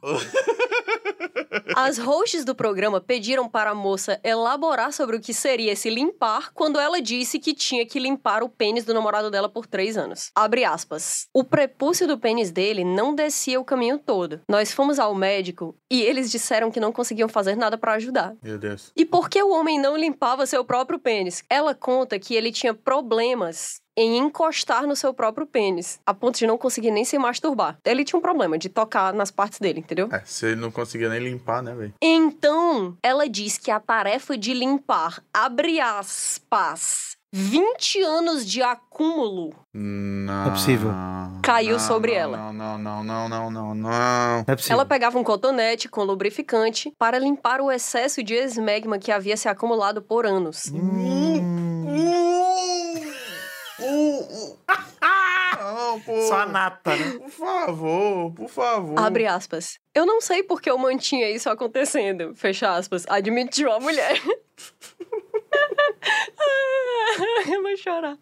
[SPEAKER 1] As hosts do programa pediram para a moça elaborar sobre o que seria esse limpar quando ela disse que tinha que limpar o pênis do namorado dela por três anos. Abre aspas. O prepúcio do pênis dele não descia o caminho todo. Nós fomos ao médico e eles disseram que não conseguiam fazer nada para ajudar.
[SPEAKER 3] Meu Deus.
[SPEAKER 1] E por que o homem não limpava seu próprio pênis? Ela conta que ele tinha problemas em encostar no seu próprio pênis, a ponto de não conseguir nem se masturbar. Ele tinha um problema de tocar nas partes dele, entendeu?
[SPEAKER 3] É, se ele não conseguia nem limpar, né, velho?
[SPEAKER 1] Então, ela diz que a tarefa de limpar, abre aspas, 20 anos de acúmulo.
[SPEAKER 3] Não.
[SPEAKER 2] é possível.
[SPEAKER 1] Caiu
[SPEAKER 3] não,
[SPEAKER 1] sobre
[SPEAKER 3] não,
[SPEAKER 1] ela.
[SPEAKER 3] Não, não, não, não, não, não, não.
[SPEAKER 2] Não é possível.
[SPEAKER 1] Ela pegava um cotonete com lubrificante para limpar o excesso de esmegma que havia se acumulado por anos.
[SPEAKER 2] Hum,
[SPEAKER 3] Não, pô.
[SPEAKER 2] só a nata, né?
[SPEAKER 3] Por favor, por favor.
[SPEAKER 1] Abre aspas. Eu não sei por que eu mantinha isso acontecendo. Fecha aspas. Admitiu a mulher. eu vou chorar.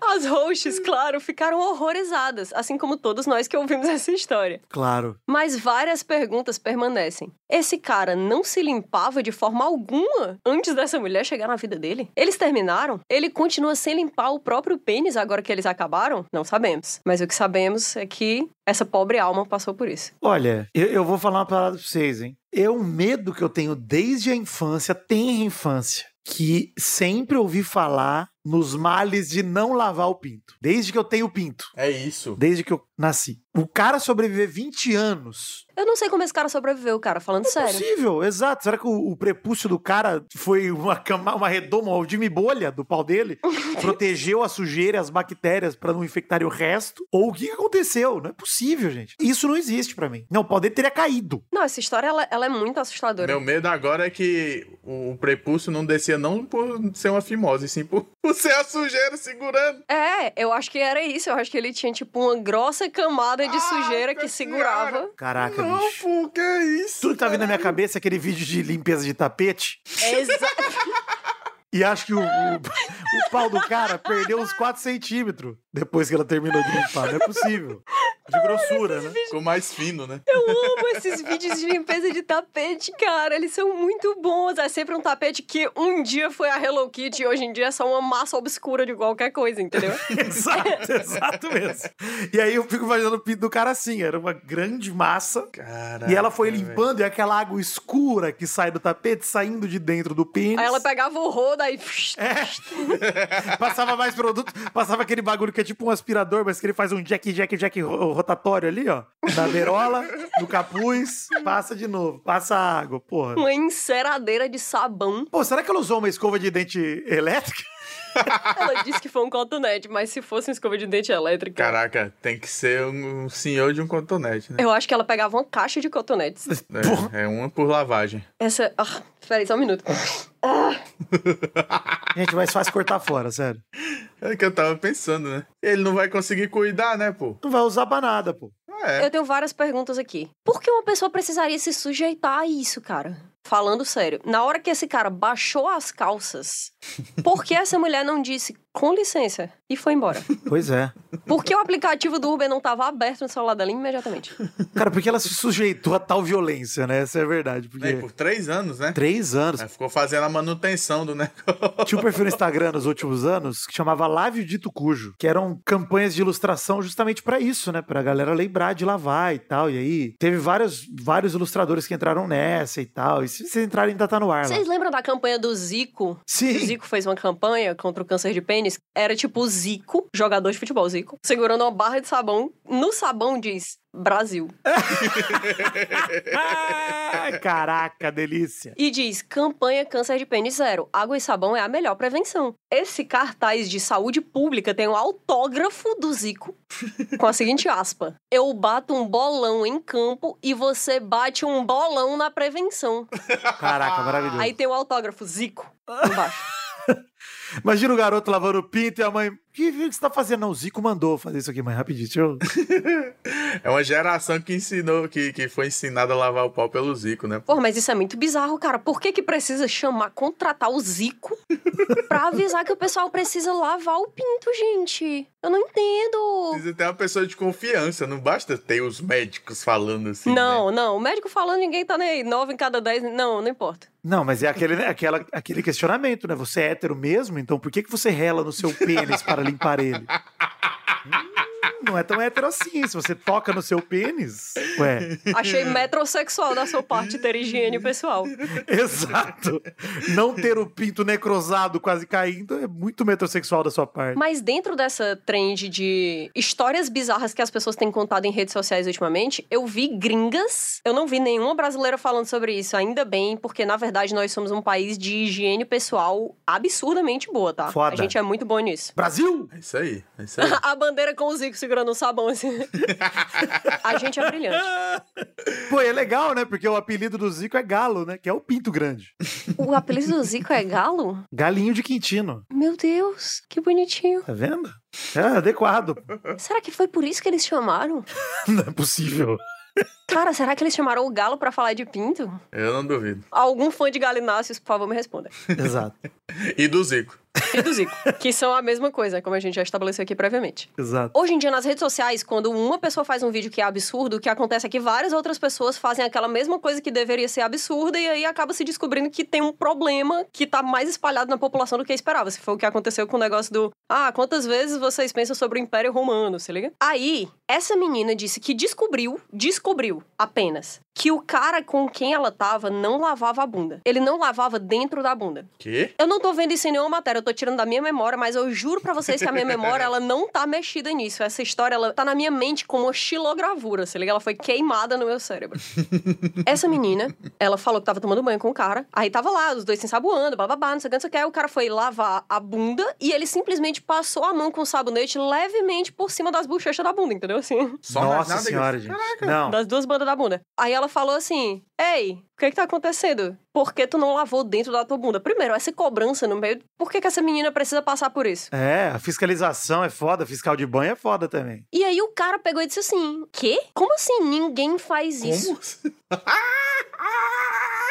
[SPEAKER 1] As hosts, claro, ficaram horrorizadas, assim como todos nós que ouvimos essa história.
[SPEAKER 2] Claro.
[SPEAKER 1] Mas várias perguntas permanecem. Esse cara não se limpava de forma alguma antes dessa mulher chegar na vida dele? Eles terminaram? Ele continua sem limpar o próprio pênis agora que eles acabaram? Não sabemos. Mas o que sabemos é que essa pobre alma passou por isso.
[SPEAKER 2] Olha, eu, eu vou falar uma parada pra vocês, hein? É um medo que eu tenho desde a infância, tenra infância, que sempre ouvi falar nos males de não lavar o pinto. Desde que eu tenho pinto.
[SPEAKER 3] É isso.
[SPEAKER 2] Desde que eu nasci. O cara sobreviver 20 anos.
[SPEAKER 1] Eu não sei como esse cara sobreviveu, cara, falando sério.
[SPEAKER 2] Possível, exato. Será que o, o prepúcio do cara foi uma cama, uma redoma, uma Jimmy bolha do pau dele? protegeu a sujeira e as bactérias pra não infectarem o resto? Ou o que que aconteceu? Não é possível, gente. Isso não existe pra mim. Não, o pau dele teria caído.
[SPEAKER 1] Não, essa história ela, ela é muito assustadora.
[SPEAKER 3] Meu medo agora é que o, o prepúcio não descia não por ser uma fimose, e sim por, por ser a sujeira segurando.
[SPEAKER 1] É, eu acho que era isso. Eu acho que ele tinha, tipo, uma grossa camada de
[SPEAKER 3] Ah,
[SPEAKER 1] sujeira que
[SPEAKER 3] senhora.
[SPEAKER 1] segurava.
[SPEAKER 2] Caraca,
[SPEAKER 3] não,
[SPEAKER 2] bicho.
[SPEAKER 3] pô, que é isso?
[SPEAKER 2] Tudo que tá vindo na minha cabeça é aquele vídeo de limpeza de tapete.
[SPEAKER 1] Exa-
[SPEAKER 2] E acho que o, o, o pau do cara perdeu uns 4 centímetros depois que ela terminou de limpar. Não é possível. De grossura, né?
[SPEAKER 3] Ficou mais fino, né?
[SPEAKER 1] eu amo esses vídeos de limpeza de tapete, cara. Eles são muito bons. É sempre um tapete que um dia foi a Hello Kitty e hoje em dia é só uma massa obscura de qualquer coisa, entendeu?
[SPEAKER 2] Exato, exato mesmo. E aí eu fico imaginando o pinto do cara assim, era uma grande massa.
[SPEAKER 3] Caraca,
[SPEAKER 2] E ela foi
[SPEAKER 3] velho.
[SPEAKER 2] limpando e aquela água escura que sai do tapete, saindo de dentro do pênis.
[SPEAKER 1] Aí ela pegava o rodo, aí. psh,
[SPEAKER 2] Passava mais produto, passava aquele bagulho que é tipo um aspirador, mas que ele faz um jack, jack, jack ro- rotatório ali, ó. Na beirola, no capuz, passa de novo, passa água, porra.
[SPEAKER 1] Uma enceradeira de sabão.
[SPEAKER 2] Pô, será que ela usou uma escova de dente elétrica?
[SPEAKER 1] Ela disse que foi um cotonete, mas se fosse uma escova de dente elétrica.
[SPEAKER 3] Caraca, tem que ser um, um senhor de um cotonete, né?
[SPEAKER 1] Eu acho que ela pegava uma caixa de cotonetes.
[SPEAKER 3] É, é uma por lavagem.
[SPEAKER 1] Essa. Ah, peraí, só um minuto.
[SPEAKER 2] Gente, mas faz cortar fora, sério.
[SPEAKER 3] É que eu tava pensando, né? Ele não vai conseguir cuidar, né, pô?
[SPEAKER 2] Não vai usar pra nada, pô.
[SPEAKER 3] Ah, É.
[SPEAKER 1] Eu tenho várias perguntas aqui. Por que uma pessoa precisaria se sujeitar a isso, cara? Falando sério, na hora que esse cara baixou as calças, por que essa mulher não disse com licença, e foi embora.
[SPEAKER 2] Pois é.
[SPEAKER 1] Por que o aplicativo do Uber não tava aberto no celular dela imediatamente?
[SPEAKER 2] Cara, porque ela se sujeitou a tal violência, né? Essa é a verdade. Porque
[SPEAKER 3] Por três anos, né?
[SPEAKER 2] três anos.
[SPEAKER 3] Aí ficou fazendo a manutenção do negócio.
[SPEAKER 2] Tinha um perfil no Instagram nos últimos anos que chamava Lávio Dito Cujo, que eram campanhas de ilustração justamente pra isso, né? Pra galera lembrar de lavar e tal. E aí teve vários, vários ilustradores que entraram nessa e tal. E se vocês entrarem, ainda tá no ar lá.
[SPEAKER 1] Vocês lembram da campanha do Zico? O
[SPEAKER 2] Sim.
[SPEAKER 1] Zico fez uma campanha contra o câncer de pênis. Era tipo o Zico, jogador de futebol Zico, segurando uma barra de sabão. No sabão diz Brasil.
[SPEAKER 2] Ah, caraca, delícia.
[SPEAKER 1] E diz: campanha câncer de pênis zero. Água e sabão é a melhor prevenção. Esse cartaz de saúde pública tem um autógrafo do Zico com a seguinte aspa: Eu bato um bolão em campo e você bate um bolão na prevenção.
[SPEAKER 2] Caraca, maravilhoso.
[SPEAKER 1] Aí tem o autógrafo Zico embaixo.
[SPEAKER 2] Imagina o garoto lavando o pinto e a mãe. Que que você tá fazendo? Não, o Zico mandou fazer isso aqui, mãe. Rapidinho, deixa eu.
[SPEAKER 3] É uma geração que ensinou, que, que foi ensinada a lavar o pau pelo Zico, né?
[SPEAKER 1] Pô, mas isso é muito bizarro, cara. Por que que precisa chamar, contratar o Zico pra avisar que o pessoal precisa lavar o pinto, gente? Eu não entendo.
[SPEAKER 3] Precisa ter uma pessoa de confiança, não basta ter os médicos falando assim. né?
[SPEAKER 1] Não, não. O médico falando, ninguém tá nem aí. Nove em cada dez. Não, não importa.
[SPEAKER 2] Não, mas é aquele, né, aquela- aquele questionamento, né? Você é hétero mesmo? Então por que, que você rela no seu pênis para limpar ele? Hum, Não é tão hétero assim. Se você toca no seu pênis. Ué,
[SPEAKER 1] Achei metrosexual da sua parte ter higiene pessoal.
[SPEAKER 2] exato. Não ter o pinto necrosado quase caindo é muito metrosexual da sua parte.
[SPEAKER 1] Mas dentro dessa trend de histórias bizarras que as pessoas têm contado em redes sociais ultimamente, eu vi gringas. Eu não vi nenhuma brasileira falando sobre isso, ainda bem, porque na verdade nós somos um país de higiene pessoal absurdamente boa, tá?
[SPEAKER 2] Foda.
[SPEAKER 1] A gente é muito bom nisso.
[SPEAKER 2] Brasil!
[SPEAKER 3] É isso aí, é isso aí.
[SPEAKER 1] A bandeira com o Zico segurando o sabão assim. A gente é brilhante.
[SPEAKER 2] Pô, e é legal, né? Porque o apelido do Zico é Galo, né? Que é o pinto grande.
[SPEAKER 1] O apelido do Zico é Galo?
[SPEAKER 2] Galinho de Quintino.
[SPEAKER 1] Meu Deus, que bonitinho.
[SPEAKER 2] Tá vendo? É adequado.
[SPEAKER 1] Será que foi por isso que eles chamaram?
[SPEAKER 2] Não é possível.
[SPEAKER 1] Cara, será que eles chamaram o Galo pra falar de pinto?
[SPEAKER 3] Eu não duvido.
[SPEAKER 1] Algum fã de Galináceos, por favor, me responda.
[SPEAKER 2] Exato,
[SPEAKER 3] E do Zico.
[SPEAKER 1] E do Zico, que são a mesma coisa, como a gente já estabeleceu aqui previamente.
[SPEAKER 2] exato.
[SPEAKER 1] Hoje em dia, nas redes sociais, quando uma pessoa faz um vídeo que é absurdo, o que acontece é que várias outras pessoas fazem aquela mesma coisa que deveria ser absurda e aí acaba se descobrindo que tem um problema que tá mais espalhado na população do que esperava. Se foi o que aconteceu com o negócio do Ah, quantas vezes vocês pensam sobre o Império Romano, se liga? Aí, essa menina disse que descobriu, descobriu apenas, que o cara com quem ela tava não lavava a bunda. Ele não lavava dentro da bunda.
[SPEAKER 3] Quê?
[SPEAKER 1] Eu não tô vendo isso em nenhuma matéria, eu tô tirando da minha memória, mas eu juro pra vocês que a minha memória, ela não tá mexida nisso. Essa história, ela tá na minha mente como uma xilogravura, se liga? Ela foi queimada no meu cérebro. Essa menina, ela falou que tava tomando banho com o cara, aí tava lá, os dois se ensaboando, bababá, não sei o que, não sei o que. Aí o cara foi lavar a bunda e ele simplesmente passou a mão com o sabonete levemente por cima das bochechas da bunda, entendeu? Assim,
[SPEAKER 3] Só na-
[SPEAKER 2] Nossa
[SPEAKER 3] nada que-
[SPEAKER 2] senhora, gente. Não.
[SPEAKER 1] das duas bandas da bunda. Aí ela falou assim, ei... O que, que tá acontecendo? Por que tu não lavou dentro da tua bunda? Primeiro, essa cobrança no meio. Por que, que essa menina precisa passar por isso?
[SPEAKER 2] É, a fiscalização é foda, fiscal de banho é foda também.
[SPEAKER 1] E aí o cara pegou e disse assim: Quê? Como assim? Ninguém faz isso.
[SPEAKER 3] Como?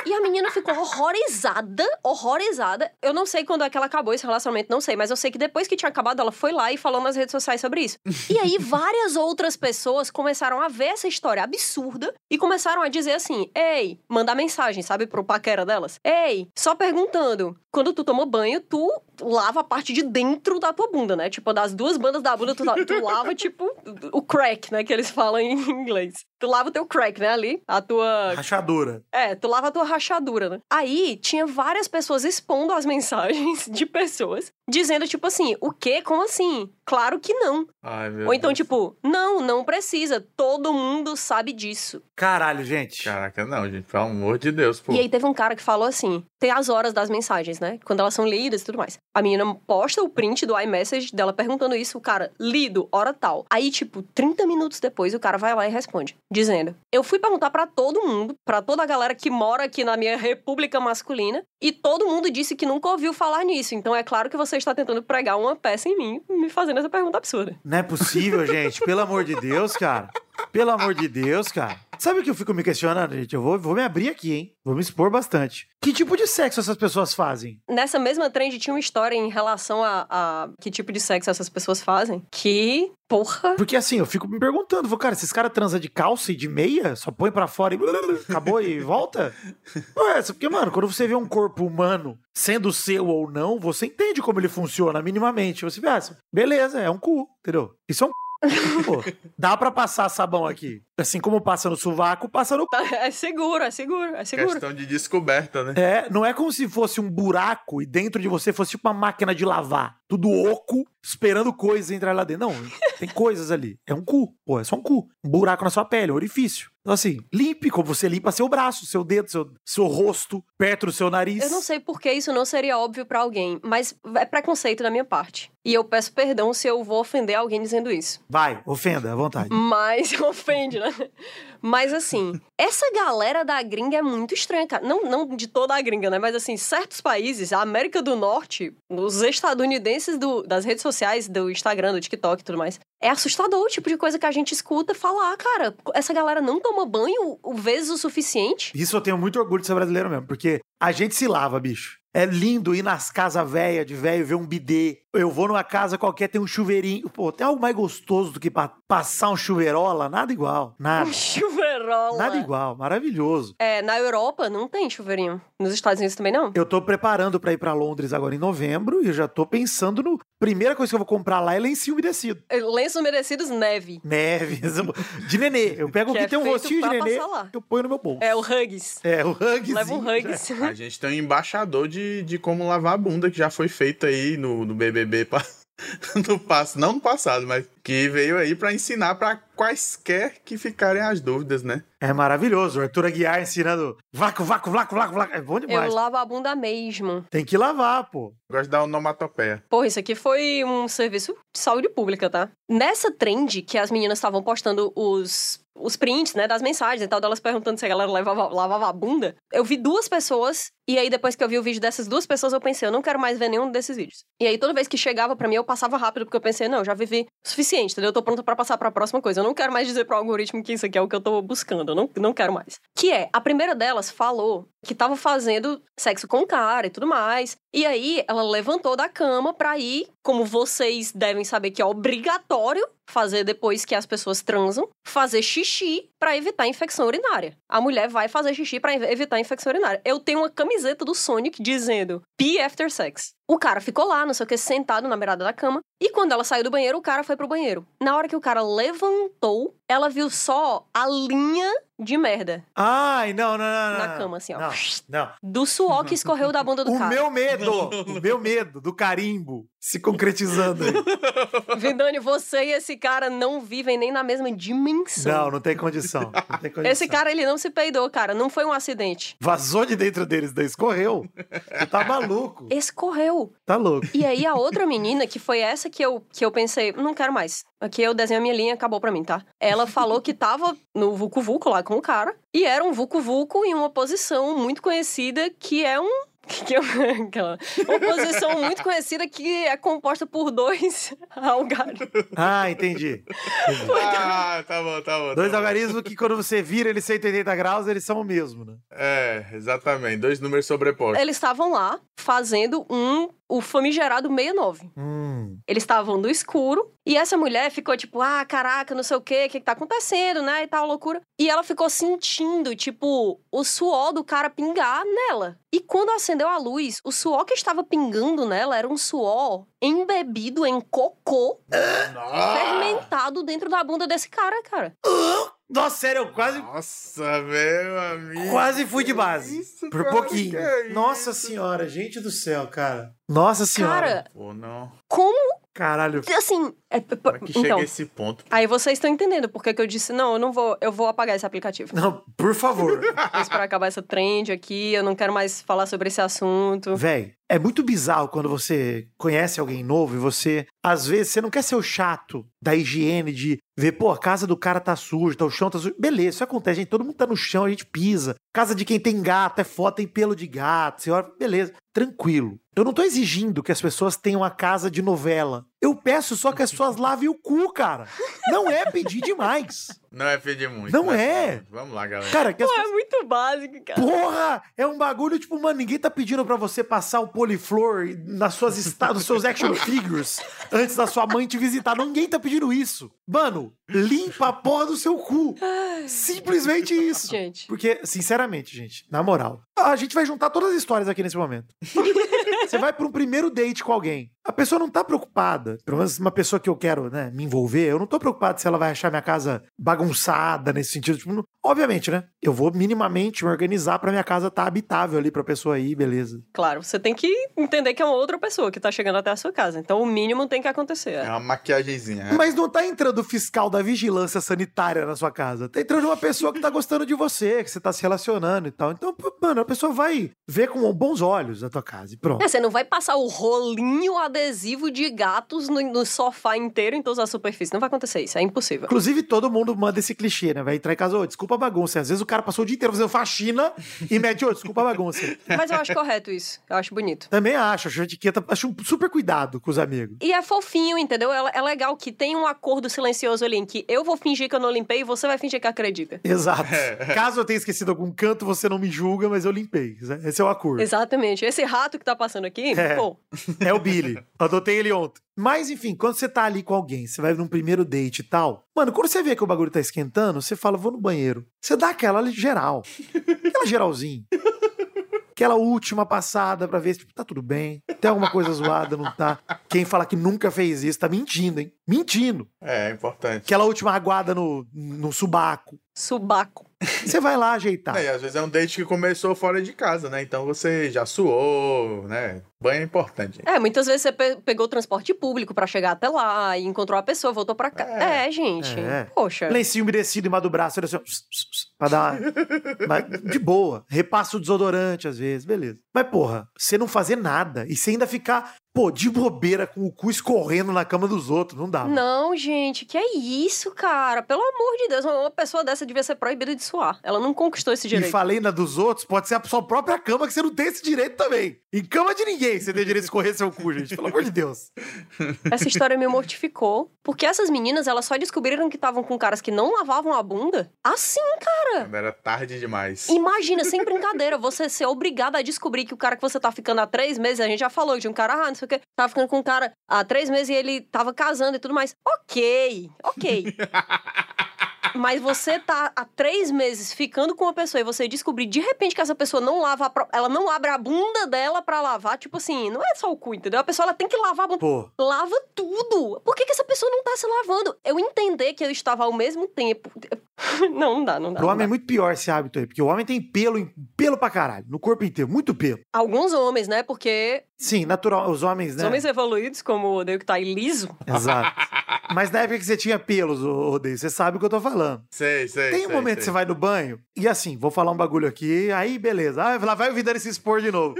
[SPEAKER 1] E a menina ficou horrorizada, horrorizada. Eu não sei quando é que ela acabou esse relacionamento, não sei, mas eu sei que depois que tinha acabado, ela foi lá e falou nas redes sociais sobre isso. E aí várias outras pessoas começaram a ver essa história absurda e começaram a dizer assim: Ei, mandar mensagem, sabe, pro paquera delas. Ei, só perguntando, quando tu tomou banho, tu lava a parte de dentro da tua bunda, né? Tipo, das duas bandas da bunda, tu, tu lava, tipo, o crack, né? Que eles falam em inglês. Tu lava o teu crack, né? Ali, a tua
[SPEAKER 2] Rachadura.
[SPEAKER 1] é, tu lava a tua rachadura, né? Aí tinha várias pessoas expondo as mensagens de pessoas, dizendo tipo assim: o quê? Como assim? Claro que não.
[SPEAKER 3] Ai, meu
[SPEAKER 1] Ou então,
[SPEAKER 3] Deus.
[SPEAKER 1] tipo, não, não precisa. Todo mundo sabe disso.
[SPEAKER 2] Caralho, gente.
[SPEAKER 3] Caraca, não, gente, pelo amor de Deus, pô.
[SPEAKER 1] E aí teve um cara que falou assim: tem as horas das mensagens, né? Quando elas são lidas e tudo mais. A menina posta o print do iMessage dela perguntando isso, o cara, lido, hora tal. Aí, tipo, 30 minutos depois, o cara vai lá e responde, dizendo: Eu fui perguntar pra todo mundo, pra toda a galera que mora aqui na minha república masculina, e todo mundo disse que nunca ouviu falar nisso. Então é claro que você está tentando pregar uma peça em mim, me fazendo essa pergunta absurda.
[SPEAKER 2] Não é possível, gente. Pelo amor de Deus, cara. Pelo amor de Deus, cara. Sabe o que eu fico me questionando, gente? Eu vou, vou me abrir aqui, hein? Vou me expor bastante. Que tipo de sexo essas pessoas fazem?
[SPEAKER 1] Nessa mesma trend tinha uma história em relação a, a que tipo de sexo essas pessoas fazem. Que. Porra.
[SPEAKER 2] Porque assim, eu fico me perguntando, vou, cara, esses caras transam de calça e de meia, só põe pra fora e acabou e volta? Não é essa, porque, mano, quando você vê um corpo humano, sendo seu ou não, você entende como ele funciona minimamente. Você pensa, assim, beleza, é um cu, entendeu? Isso é um Pô, dá pra passar sabão aqui. Assim como passa no sovaco, passa no.
[SPEAKER 1] Tá- É seguro, é seguro, é seguro.
[SPEAKER 3] Questão de descoberta, né?
[SPEAKER 2] É, não é como se fosse um buraco e dentro de você fosse tipo uma máquina de lavar. Tudo oco, esperando coisas entrar lá dentro. Não, tem coisas ali. É um cu, pô, é só um cu. Um buraco na sua pele, um orifício. Então, assim, limpe como você limpa seu braço, seu dedo, seu, seu rosto, perto do seu nariz.
[SPEAKER 1] Eu não sei por que isso não seria óbvio pra alguém, mas é preconceito da minha parte. E eu peço perdão se eu vou ofender alguém dizendo isso.
[SPEAKER 2] Vai, ofenda, à vontade.
[SPEAKER 1] Mas ofende, né? Mas assim, essa galera da gringa é muito estranha, cara. Não, não de toda a gringa, né? Mas assim, certos países, a América do Norte, os estadunidenses do- das redes sociais, do Instagram, do TikTok e tudo mais, é assustador o tipo de coisa que a gente escuta falar, cara. Essa galera não toma banho vezes o suficiente.
[SPEAKER 2] Isso eu tenho muito orgulho de ser brasileiro mesmo, porque a gente se lava, bicho. É lindo ir nas casas velhas de velho ver um bidê. Eu vou numa casa qualquer, tem um chuveirinho. Pô, tem algo mais gostoso do que pa- passar um chuveirola? Nada igual. Nada.
[SPEAKER 1] Chuveirola.
[SPEAKER 2] Nada igual. Maravilhoso.
[SPEAKER 1] Um É, na Europa não tem chuveirinho. Nos Estados Unidos também não.
[SPEAKER 2] Eu tô preparando pra ir pra Londres agora em novembro e eu já tô pensando no. Primeira coisa que eu vou comprar lá é lencinho umedecido.
[SPEAKER 1] Lenços merecidos, neve.
[SPEAKER 2] Neve. De nenê. Eu pego o
[SPEAKER 1] Que
[SPEAKER 2] que,
[SPEAKER 1] é
[SPEAKER 2] tem um
[SPEAKER 1] feito
[SPEAKER 2] rostinho de
[SPEAKER 1] pra
[SPEAKER 2] nenê,
[SPEAKER 1] passar lá.
[SPEAKER 2] eu ponho no meu bolso.
[SPEAKER 1] É, o Hugs.
[SPEAKER 2] É, o hugzinho.
[SPEAKER 1] Leva um Hugs.
[SPEAKER 2] É. Uhum.
[SPEAKER 3] A gente tem um embaixador de, de como lavar a bunda, que já foi feito aí no, no BBB, pa- no passo, não no passado, mas que veio aí pra ensinar pra quaisquer que ficarem as dúvidas, né?
[SPEAKER 2] É maravilhoso. O Arthur Aguiar ensinando vaco, vaco, vaco, vaco, vaco. É bom demais.
[SPEAKER 1] Eu lavo a bunda mesmo.
[SPEAKER 2] Tem que lavar, pô.
[SPEAKER 3] Gosto da onomatopeia.
[SPEAKER 1] Porra, isso aqui foi um serviço de saúde pública, tá? Nessa trend que as meninas estavam postando os, os prints, né, das mensagens e tal, delas perguntando se a galera levava- lavava a bunda, eu vi duas pessoas, e aí depois que eu vi o vídeo dessas duas pessoas, eu pensei, eu não quero mais ver nenhum desses vídeos. E aí toda vez que chegava pra mim, eu passava rápido, porque eu pensei, não, eu já vivi o suficiente, entendeu? Eu tô pronta pra passar pra próxima coisa. Eu não quero mais dizer pro algoritmo que isso aqui é o que eu tô buscando, eu não, não quero mais. Que é, a primeira delas falou que tava fazendo sexo com o cara e tudo mais. E aí ela levantou da cama pra ir, como vocês devem saber que é obrigatório fazer depois que as pessoas transam, fazer xixi pra evitar infecção urinária. A mulher vai fazer xixi pra ev- evitar infecção urinária. Eu tenho uma camiseta do Sonic dizendo pee after sex. O cara ficou lá, não sei o que, sentado na beirada da cama. E quando ela saiu do banheiro, o cara foi pro banheiro. Na hora que o cara levantou, ela viu só a linha de merda
[SPEAKER 2] Ai, não, não, não. não,
[SPEAKER 1] na
[SPEAKER 2] não.
[SPEAKER 1] cama, assim, ó.
[SPEAKER 2] Não, não.
[SPEAKER 1] Do suor que escorreu da bunda do
[SPEAKER 2] O
[SPEAKER 1] cara.
[SPEAKER 2] meu medo, o meu medo do carimbo se concretizando. aí.
[SPEAKER 1] Vidani, você e esse cara não vivem nem na mesma dimensão.
[SPEAKER 2] não, não tem condição. não tem condição.
[SPEAKER 1] Esse cara, ele não se peidou, cara. Não foi um acidente.
[SPEAKER 2] Vazou de dentro deles, daí escorreu. Tu tá maluco.
[SPEAKER 1] Escorreu.
[SPEAKER 2] Tá louco.
[SPEAKER 1] E aí a outra menina, que foi essa que eu, que eu pensei, não quero mais. Aqui eu desenho a minha linha, acabou pra mim, tá? Ela falou que tava no Vucu Vucu lá com o cara. E era um Vucu Vucu em uma posição muito conhecida que é um. Que é um- aquela- uma posição muito conhecida que é composta por dois algares.
[SPEAKER 2] Ah, entendi.
[SPEAKER 3] Ah, tá bom, tá bom. tá
[SPEAKER 2] Dois
[SPEAKER 3] bom.
[SPEAKER 2] algarismos que quando você vira eles 180 graus, eles são o mesmo, né?
[SPEAKER 3] É, exatamente. Dois números sobrepostos.
[SPEAKER 1] Eles estavam lá fazendo um o famigerado 69.
[SPEAKER 2] Hum.
[SPEAKER 1] Eles estavam no escuro e essa mulher ficou tipo, ah, caraca, não sei o quê, o que, que tá acontecendo, né? E tal, loucura. E ela ficou sentindo, tipo, o suor do cara pingar nela. E quando acendeu a luz, o suor que estava pingando nela era um suor embebido em cocô
[SPEAKER 2] É,
[SPEAKER 3] Ah! Nossa,
[SPEAKER 1] fermentado dentro da bunda desse cara, cara.
[SPEAKER 2] Nossa, sério, eu quase
[SPEAKER 3] Nossa, meu amigo.
[SPEAKER 2] Quase fui de base.
[SPEAKER 3] Isso,
[SPEAKER 2] Por
[SPEAKER 3] cara,
[SPEAKER 2] pouquinho.
[SPEAKER 3] que é
[SPEAKER 2] Nossa
[SPEAKER 3] isso?
[SPEAKER 2] senhora, gente do céu, cara. Nossa senhora.
[SPEAKER 1] Cara,
[SPEAKER 3] Pô, não.
[SPEAKER 1] como
[SPEAKER 2] Caralho.
[SPEAKER 1] assim? é, p- p-
[SPEAKER 3] Como é que chega
[SPEAKER 1] então,
[SPEAKER 3] a esse ponto?
[SPEAKER 1] aí vocês estão entendendo por que que eu disse, não, eu não vou, eu vou apagar esse aplicativo.
[SPEAKER 2] Não, por favor.
[SPEAKER 1] Vou esperar acabar essa trend aqui, eu não quero mais falar sobre esse assunto.
[SPEAKER 2] Véi, é muito bizarro quando você conhece alguém novo e você, às vezes, você não quer ser o chato da higiene, de ver, pô, a casa do cara tá suja, tá, o chão tá sujo. Beleza, isso acontece, gente. Todo mundo tá no chão, a gente pisa. Casa de quem tem gato, é foto, tem pelo de gato, você olha, beleza, tranquilo. Eu não tô exigindo que as pessoas tenham a casa de novela. Eu peço só que as pessoas lavem o cu, cara. Não é pedir demais.
[SPEAKER 3] Não é pedir muito.
[SPEAKER 2] Não
[SPEAKER 3] né?
[SPEAKER 2] é.
[SPEAKER 3] Vamos lá, galera.
[SPEAKER 2] Cara, que as
[SPEAKER 1] Pô, é muito básico, cara.
[SPEAKER 2] Porra! É um bagulho, tipo, mano, ninguém tá pedindo pra você passar o poliflor nas suas esta- nos seus action figures antes da sua mãe te visitar. Ninguém tá pedindo isso. Mano, limpa a porra do seu cu. Simplesmente isso.
[SPEAKER 1] Gente.
[SPEAKER 2] Porque, sinceramente, gente, na moral, a gente vai juntar todas as histórias aqui nesse momento. Você vai pra um primeiro date com alguém. A pessoa não tá preocupada, pelo menos uma pessoa que eu quero, né, me envolver, eu não tô preocupado se ela vai achar minha casa bagunçada nesse sentido. Tipo, não- obviamente, né? Eu vou minimamente me organizar pra minha casa tá habitável ali pra pessoa ir, beleza.
[SPEAKER 1] Claro, você tem que entender que é uma outra pessoa que tá chegando até a sua casa. Então o mínimo tem que acontecer.
[SPEAKER 3] É
[SPEAKER 1] é.
[SPEAKER 3] uma maquiagemzinha. né?
[SPEAKER 2] Mas não tá entrando o fiscal da vigilância sanitária na sua casa. Tá entrando uma pessoa que tá gostando de você, que você tá se relacionando e tal. Então, pô, mano, a pessoa vai ver com bons olhos a tua casa e pronto.
[SPEAKER 1] É, você não vai passar o rolinho adesivo de gatos no, no sofá inteiro em todas as superfícies. Não vai acontecer isso, é impossível.
[SPEAKER 2] Inclusive, todo mundo manda esse clichê, né? Vai entrar em casa, ô, desculpa a bagunça. Às vezes o cara passou o dia inteiro fazendo faxina e mete, ô, desculpa a bagunça.
[SPEAKER 1] Mas eu acho correto isso. Eu acho bonito.
[SPEAKER 2] Também acho, acho etiqueta, acho um super cuidado com os amigos.
[SPEAKER 1] E é fofinho, entendeu? É, é legal que tem um acordo silencioso ali em que eu vou fingir que eu não limpei e você vai fingir que acredita.
[SPEAKER 2] Exato. Caso eu tenha esquecido algum canto, você não me julga, mas eu limpei. né? Esse é o acordo.
[SPEAKER 1] Exatamente. Esse rato que tá passando aqui,
[SPEAKER 2] É.
[SPEAKER 1] pô,
[SPEAKER 2] É o Billy. Adotei ele ontem. Mas, enfim, quando você tá ali com alguém, você vai num primeiro date e tal. Mano, quando você vê que o bagulho tá esquentando, você fala, vou no banheiro. Você dá aquela ali geral. Aquela geralzinha. Aquela última passada pra ver se tipo, tá tudo bem. Tem alguma coisa zoada, não tá? Quem fala que nunca fez isso tá mentindo, hein? Mentindo.
[SPEAKER 3] É, é importante.
[SPEAKER 2] Aquela última aguada no, no subaco.
[SPEAKER 1] subaco.
[SPEAKER 2] Você vai lá ajeitar.
[SPEAKER 3] É, e às vezes é um date que começou fora de casa, né? Então você já suou, né? Banho é importante.
[SPEAKER 1] É, muitas vezes você pe- pegou o transporte público pra chegar até lá e encontrou a pessoa, voltou pra cá. É,
[SPEAKER 3] É.
[SPEAKER 1] gente.
[SPEAKER 2] É.
[SPEAKER 1] Poxa.
[SPEAKER 2] Lencinho umedecido em cima do braço, ele assim, ó, ps, ps, ps, pra dar uma... Mas de boa. Repassa o desodorante às vezes, beleza. Mas, porra, você não fazer nada e você ainda ficar, pô, de bobeira com o cu escorrendo na cama dos outros, não dá. mano.
[SPEAKER 1] Não, gente, que é isso, cara? Pelo amor de Deus, uma- uma pessoa dessa devia ser proibida de suar. Ela não conquistou esse
[SPEAKER 2] E
[SPEAKER 1] direito.
[SPEAKER 2] falei na dos outros, pode ser a sua própria cama que você não tem esse direito também. Em cama de ninguém você tem direito de escorrer seu cu, gente. Pelo amor de Deus.
[SPEAKER 1] Essa história me mortificou. Porque essas meninas, elas só descobriram que estavam com caras que não lavavam a bunda assim, cara.
[SPEAKER 3] Quando Era tarde demais.
[SPEAKER 1] Imagina, sem brincadeira, você ser obrigada a descobrir que o cara que você tá ficando há três meses, a gente já falou de um cara, ah, não sei o quê, tava ficando com um cara há três meses e ele tava casando e tudo mais. Ok, ok. Mas você tá há três meses ficando com uma pessoa e você descobrir de repente que essa pessoa não lava, a pró- ela não abre a bunda dela pra lavar, tipo assim, não é só o cu, entendeu? A pessoa ela tem que lavar a bunda.
[SPEAKER 2] Pô,
[SPEAKER 1] Lava tudo! Por que, que essa pessoa não tá se lavando? Eu entender que eu estava ao mesmo tempo. Não, não dá, não dá.
[SPEAKER 2] pro
[SPEAKER 1] não
[SPEAKER 2] homem
[SPEAKER 1] dá.
[SPEAKER 2] é muito pior esse hábito aí, porque o homem tem pelo, em- pelo pra caralho, no corpo inteiro, muito pelo.
[SPEAKER 1] Alguns homens, né? Porque
[SPEAKER 2] Sim, natural, os homens, né?
[SPEAKER 1] os homens evoluídos, como o Odeio que tá aí liso,
[SPEAKER 2] Exato. Mas na época que você tinha pelos, ô ô, Dei, você sabe o que eu tô falando.
[SPEAKER 3] Sei, sei.
[SPEAKER 2] Tem um
[SPEAKER 3] sei,
[SPEAKER 2] momento que você
[SPEAKER 3] sei.
[SPEAKER 2] vai no banho e assim, vou falar um bagulho aqui, aí beleza. Ah, lá vai o Vidani se expor de novo.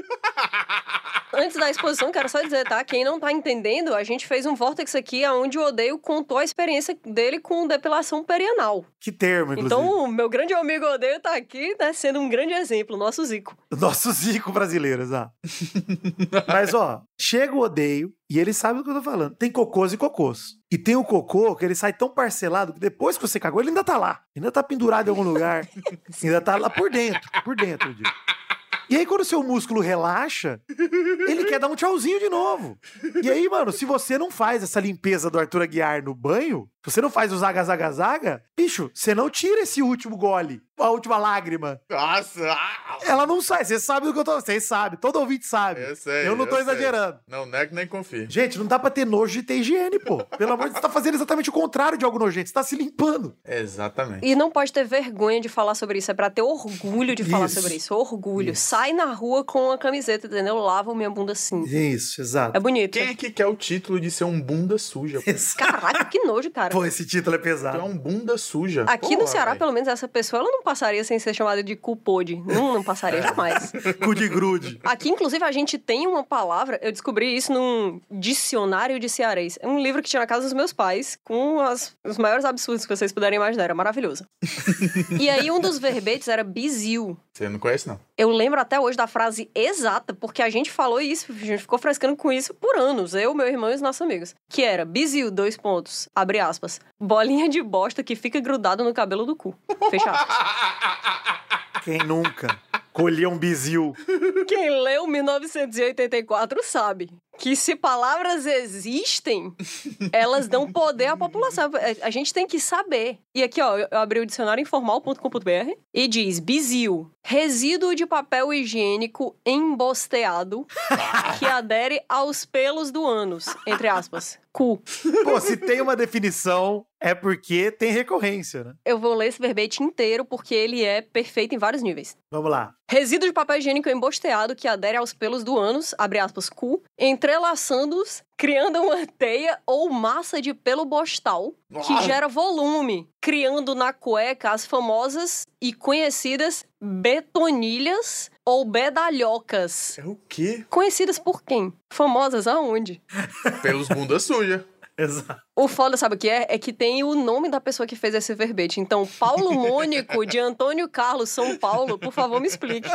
[SPEAKER 1] antes da exposição, quero só dizer, tá? Quem não tá entendendo, a gente fez um Vortex aqui onde o Odeio contou a experiência dele com depilação perianal.
[SPEAKER 2] Que termo, inclusive.
[SPEAKER 1] Então, o meu grande amigo Odeio tá aqui, né? Sendo um grande exemplo, nosso Zico.
[SPEAKER 2] Nosso Zico brasileiro, exato. Mas ó, chega o odeio e ele sabe do que eu tô falando. Tem cocôs e cocôs. E tem o cocô que ele sai tão parcelado que depois que você cagou, ele ainda tá lá. Ainda tá pendurado em algum lugar. ainda tá lá por dentro, por dentro, eu digo. E aí, quando o seu músculo relaxa, ele quer dar um tchauzinho de novo. E aí, mano, se você não faz essa limpeza do Arthur Aguiar no banho, se você não faz o zaga, zaga, zaga, bicho, você não tira esse último gole, a última lágrima.
[SPEAKER 3] Nossa! ah!
[SPEAKER 2] Ela não sai. Vocês sabem do que eu tô. Vocês sabem. Todo ouvinte sabe.
[SPEAKER 3] Eu sei,
[SPEAKER 2] Eu não tô
[SPEAKER 3] eu sei.
[SPEAKER 2] exagerando.
[SPEAKER 3] Não nego nem confio.
[SPEAKER 2] Gente, não dá pra ter nojo de ter higiene, pô. Pelo amor de Deus, você tá fazendo exatamente o contrário de algo nojento. Você tá se limpando.
[SPEAKER 3] Exatamente.
[SPEAKER 1] E não pode ter vergonha de falar sobre isso, é pra ter orgulho de falar
[SPEAKER 2] Isso.
[SPEAKER 1] sobre isso. Orgulho. Sai na rua com a camiseta, entendeu? Lava minha bunda assim.
[SPEAKER 2] Isso, exato.
[SPEAKER 1] É bonito.
[SPEAKER 3] Quem é que quer o título de ser um bunda suja? pô?
[SPEAKER 1] Caraca, que nojo, cara.
[SPEAKER 2] Pô, esse título é
[SPEAKER 3] Tu é
[SPEAKER 2] pesado.
[SPEAKER 3] um bunda suja.
[SPEAKER 1] Aqui no
[SPEAKER 3] Porra,
[SPEAKER 1] Ceará,
[SPEAKER 3] véi.
[SPEAKER 1] pelo menos, essa pessoa ela não passaria sem ser chamada de culpode. Não, não passaria jamais.
[SPEAKER 3] Então-
[SPEAKER 2] Cu de grude.
[SPEAKER 1] Aqui, inclusive, a gente tem uma palavra. Eu descobri isso num dicionário de cearês. É um livro que tinha na casa dos meus pais, com as- os maiores absurdos que vocês puderem imaginar. Era maravilhoso. e aí, um dos verbetes era bizil.
[SPEAKER 3] Você não conhece, não.
[SPEAKER 1] Eu lembro até hoje da frase exata, porque a gente falou isso, a gente ficou frescando com isso por anos, eu, meu irmão e os nossos amigos. Que era, bizil, dois pontos, abre aspas. aspas. Bolinha de bosta que fica grudada no cabelo do cu. Fecha aspas.
[SPEAKER 2] Quem nunca colhia um bizil?
[SPEAKER 1] Quem leu 1984 sabe que se palavras existem, elas dão poder à população. A- A gente tem que saber. E aqui, ó, eu abri o dicionário informal.com.br e diz: bizil, resíduo de papel higiênico embosteado que adere aos pelos do ânus, entre aspas. Cu.
[SPEAKER 2] Pô, se tem uma definição, é porque tem recorrência, né?
[SPEAKER 1] Eu vou ler esse verbete inteiro porque ele é perfeito em vários níveis.
[SPEAKER 2] Vamos lá.
[SPEAKER 1] Resíduo de papel higiênico embosteado que adere aos pelos do ânus, abre aspas, cu, entrelaçando-os, criando uma teia ou massa de pelo bostal que gera volume, criando na cueca as famosas e conhecidas betonilhas ou bedalhocas.
[SPEAKER 3] É o quê?
[SPEAKER 1] Conhecidas por quem? Famosas aonde?
[SPEAKER 3] Pelos bunda suja.
[SPEAKER 2] Exato.
[SPEAKER 1] O foda, sabe o que é? É que tem o nome da pessoa que fez esse verbete. Então, Paulo Mônico de Antônio Carlos, São Paulo, por favor, me explique.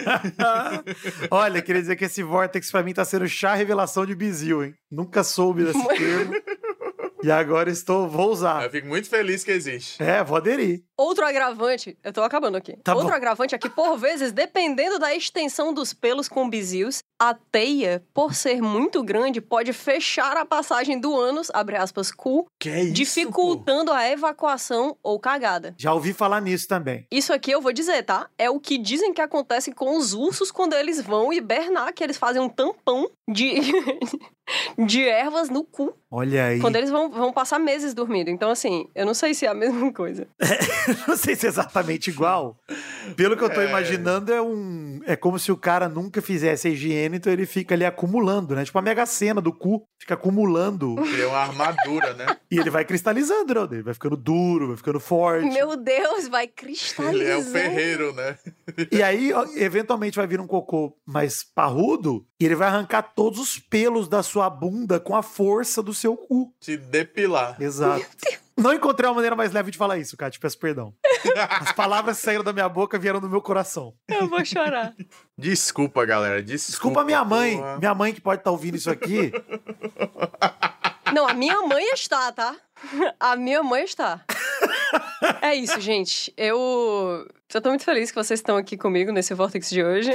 [SPEAKER 2] Olha, queria dizer que esse Vortex pra mim tá sendo chá revelação de bizil, hein? Nunca soube desse termo. E agora estou, vou
[SPEAKER 3] Eu
[SPEAKER 2] usar.
[SPEAKER 3] fico muito feliz que existe.
[SPEAKER 2] É, vou aderir.
[SPEAKER 1] Outro agravante, eu tô acabando aqui.
[SPEAKER 2] Tá
[SPEAKER 1] Outro
[SPEAKER 2] bom.
[SPEAKER 1] agravante é que, por vezes, dependendo da extensão dos pelos com bisios, a teia, por ser muito grande, pode fechar a passagem do ânus, abre aspas, cu,
[SPEAKER 3] Que é isso?
[SPEAKER 1] dificultando a evacuação ou cagada.
[SPEAKER 2] Já ouvi falar nisso também.
[SPEAKER 1] Isso aqui eu vou dizer, tá? É o que dizem que acontece com os ursos quando eles vão hibernar, que eles fazem um tampão de, de ervas no cu,
[SPEAKER 2] Olha aí.
[SPEAKER 1] quando eles vão, vão passar meses dormindo. Então, assim, eu não sei se é a mesma coisa.
[SPEAKER 2] Não sei se é exatamente igual. Pelo que eu tô
[SPEAKER 3] É.
[SPEAKER 2] imaginando, é um. É como se o cara nunca fizesse a higiene, então ele fica ali acumulando, né? Tipo a mega cena do cu, fica acumulando
[SPEAKER 3] Pô. Criou é uma armadura, né?
[SPEAKER 2] e ele vai cristalizando, né? Ele vai ficando duro, vai ficando forte.
[SPEAKER 1] Meu Deus, vai
[SPEAKER 3] Ele é o
[SPEAKER 1] cristalizando.
[SPEAKER 3] ferreiro, né?
[SPEAKER 2] E aí, ó, eventualmente, vai vir um cocô mais parrudo e ele vai arrancar todos os pelos da sua bunda com a força do seu cu.
[SPEAKER 3] Te depilar.
[SPEAKER 2] Exato. Não encontrei uma maneira mais leve de falar isso, Kátia. Peço perdão. As palavras que saíram da minha boca vieram do meu coração.
[SPEAKER 1] Eu vou chorar.
[SPEAKER 3] Desculpa, galera. Desculpa.
[SPEAKER 2] Desculpa a minha mãe.
[SPEAKER 3] porra.
[SPEAKER 2] Minha mãe que pode estar ouvindo isso aqui.
[SPEAKER 1] Não, a minha mãe está, tá? A minha mãe está. É isso, gente. Eu. Eu tô muito feliz que vocês estão aqui comigo nesse Vortex de hoje.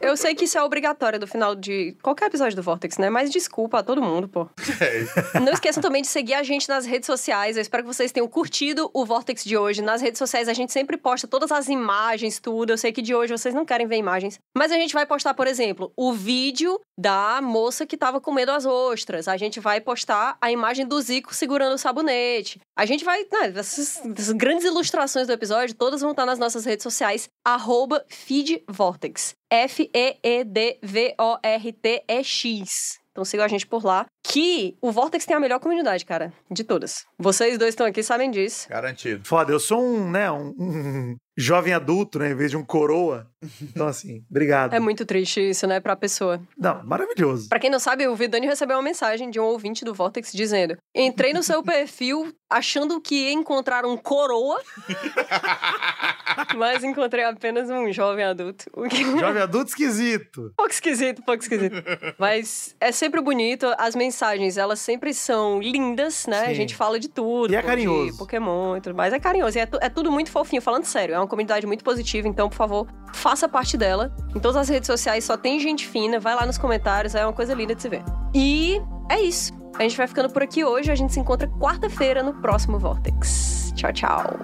[SPEAKER 1] Eu sei que isso é obrigatório do final de qualquer episódio do Vortex, né? Mas desculpa a todo mundo, pô.
[SPEAKER 3] É,
[SPEAKER 1] Não esqueçam também de seguir a gente nas redes sociais. Eu espero que vocês tenham curtido o Vortex de hoje. Nas redes sociais a gente sempre posta todas as imagens, tudo. Eu sei que de hoje vocês não querem ver imagens. Mas a gente vai postar, por exemplo, o vídeo da moça que tava comendo as ostras. A gente vai postar a imagem do Zico segurando o sabonete. A gente vai. né, essas, essas grandes ilustrações do episódio, todas vão estar nas nossas redes sociais, arroba feedvortex. F-E-E-D-V-O-R-T-E-X. Então sigam a gente por lá. Que o Vortex tem a melhor comunidade, cara, de todas. Vocês dois estão aqui, sabem disso.
[SPEAKER 3] garantido.
[SPEAKER 2] Foda, eu sou um, né, um, um jovem adulto, né, em vez de um coroa. Então, assim, obrigado.
[SPEAKER 1] É muito triste isso, né, pra pessoa.
[SPEAKER 2] Não, maravilhoso.
[SPEAKER 1] Pra quem não sabe, o Vidani recebeu uma mensagem de um ouvinte do Vortex dizendo: Entrei no seu perfil achando que ia encontrar um coroa, mas encontrei apenas um jovem adulto. O que
[SPEAKER 2] Jovem adulto esquisito.
[SPEAKER 1] Pouco esquisito, pouco esquisito. Mas é sempre bonito, as mensagens, elas sempre são lindas, né? A
[SPEAKER 2] Sim.
[SPEAKER 1] gente fala de tudo.
[SPEAKER 2] E é
[SPEAKER 1] de
[SPEAKER 2] carinhoso.
[SPEAKER 1] Pokémon e tudo mais. É carinhoso. E é, tu- é tudo muito fofinho, falando sério. É uma comunidade muito positiva, então, por favor, faça parte dela. Em todas as redes sociais só tem gente fina. Vai lá nos comentários, é uma coisa linda de se ver. E é isso. A gente vai ficando por aqui hoje. A gente se encontra quarta-feira no próximo Vortex. Tchau, tchau.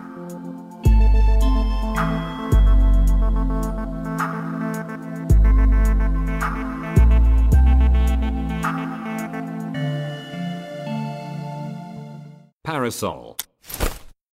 [SPEAKER 4] Parasol.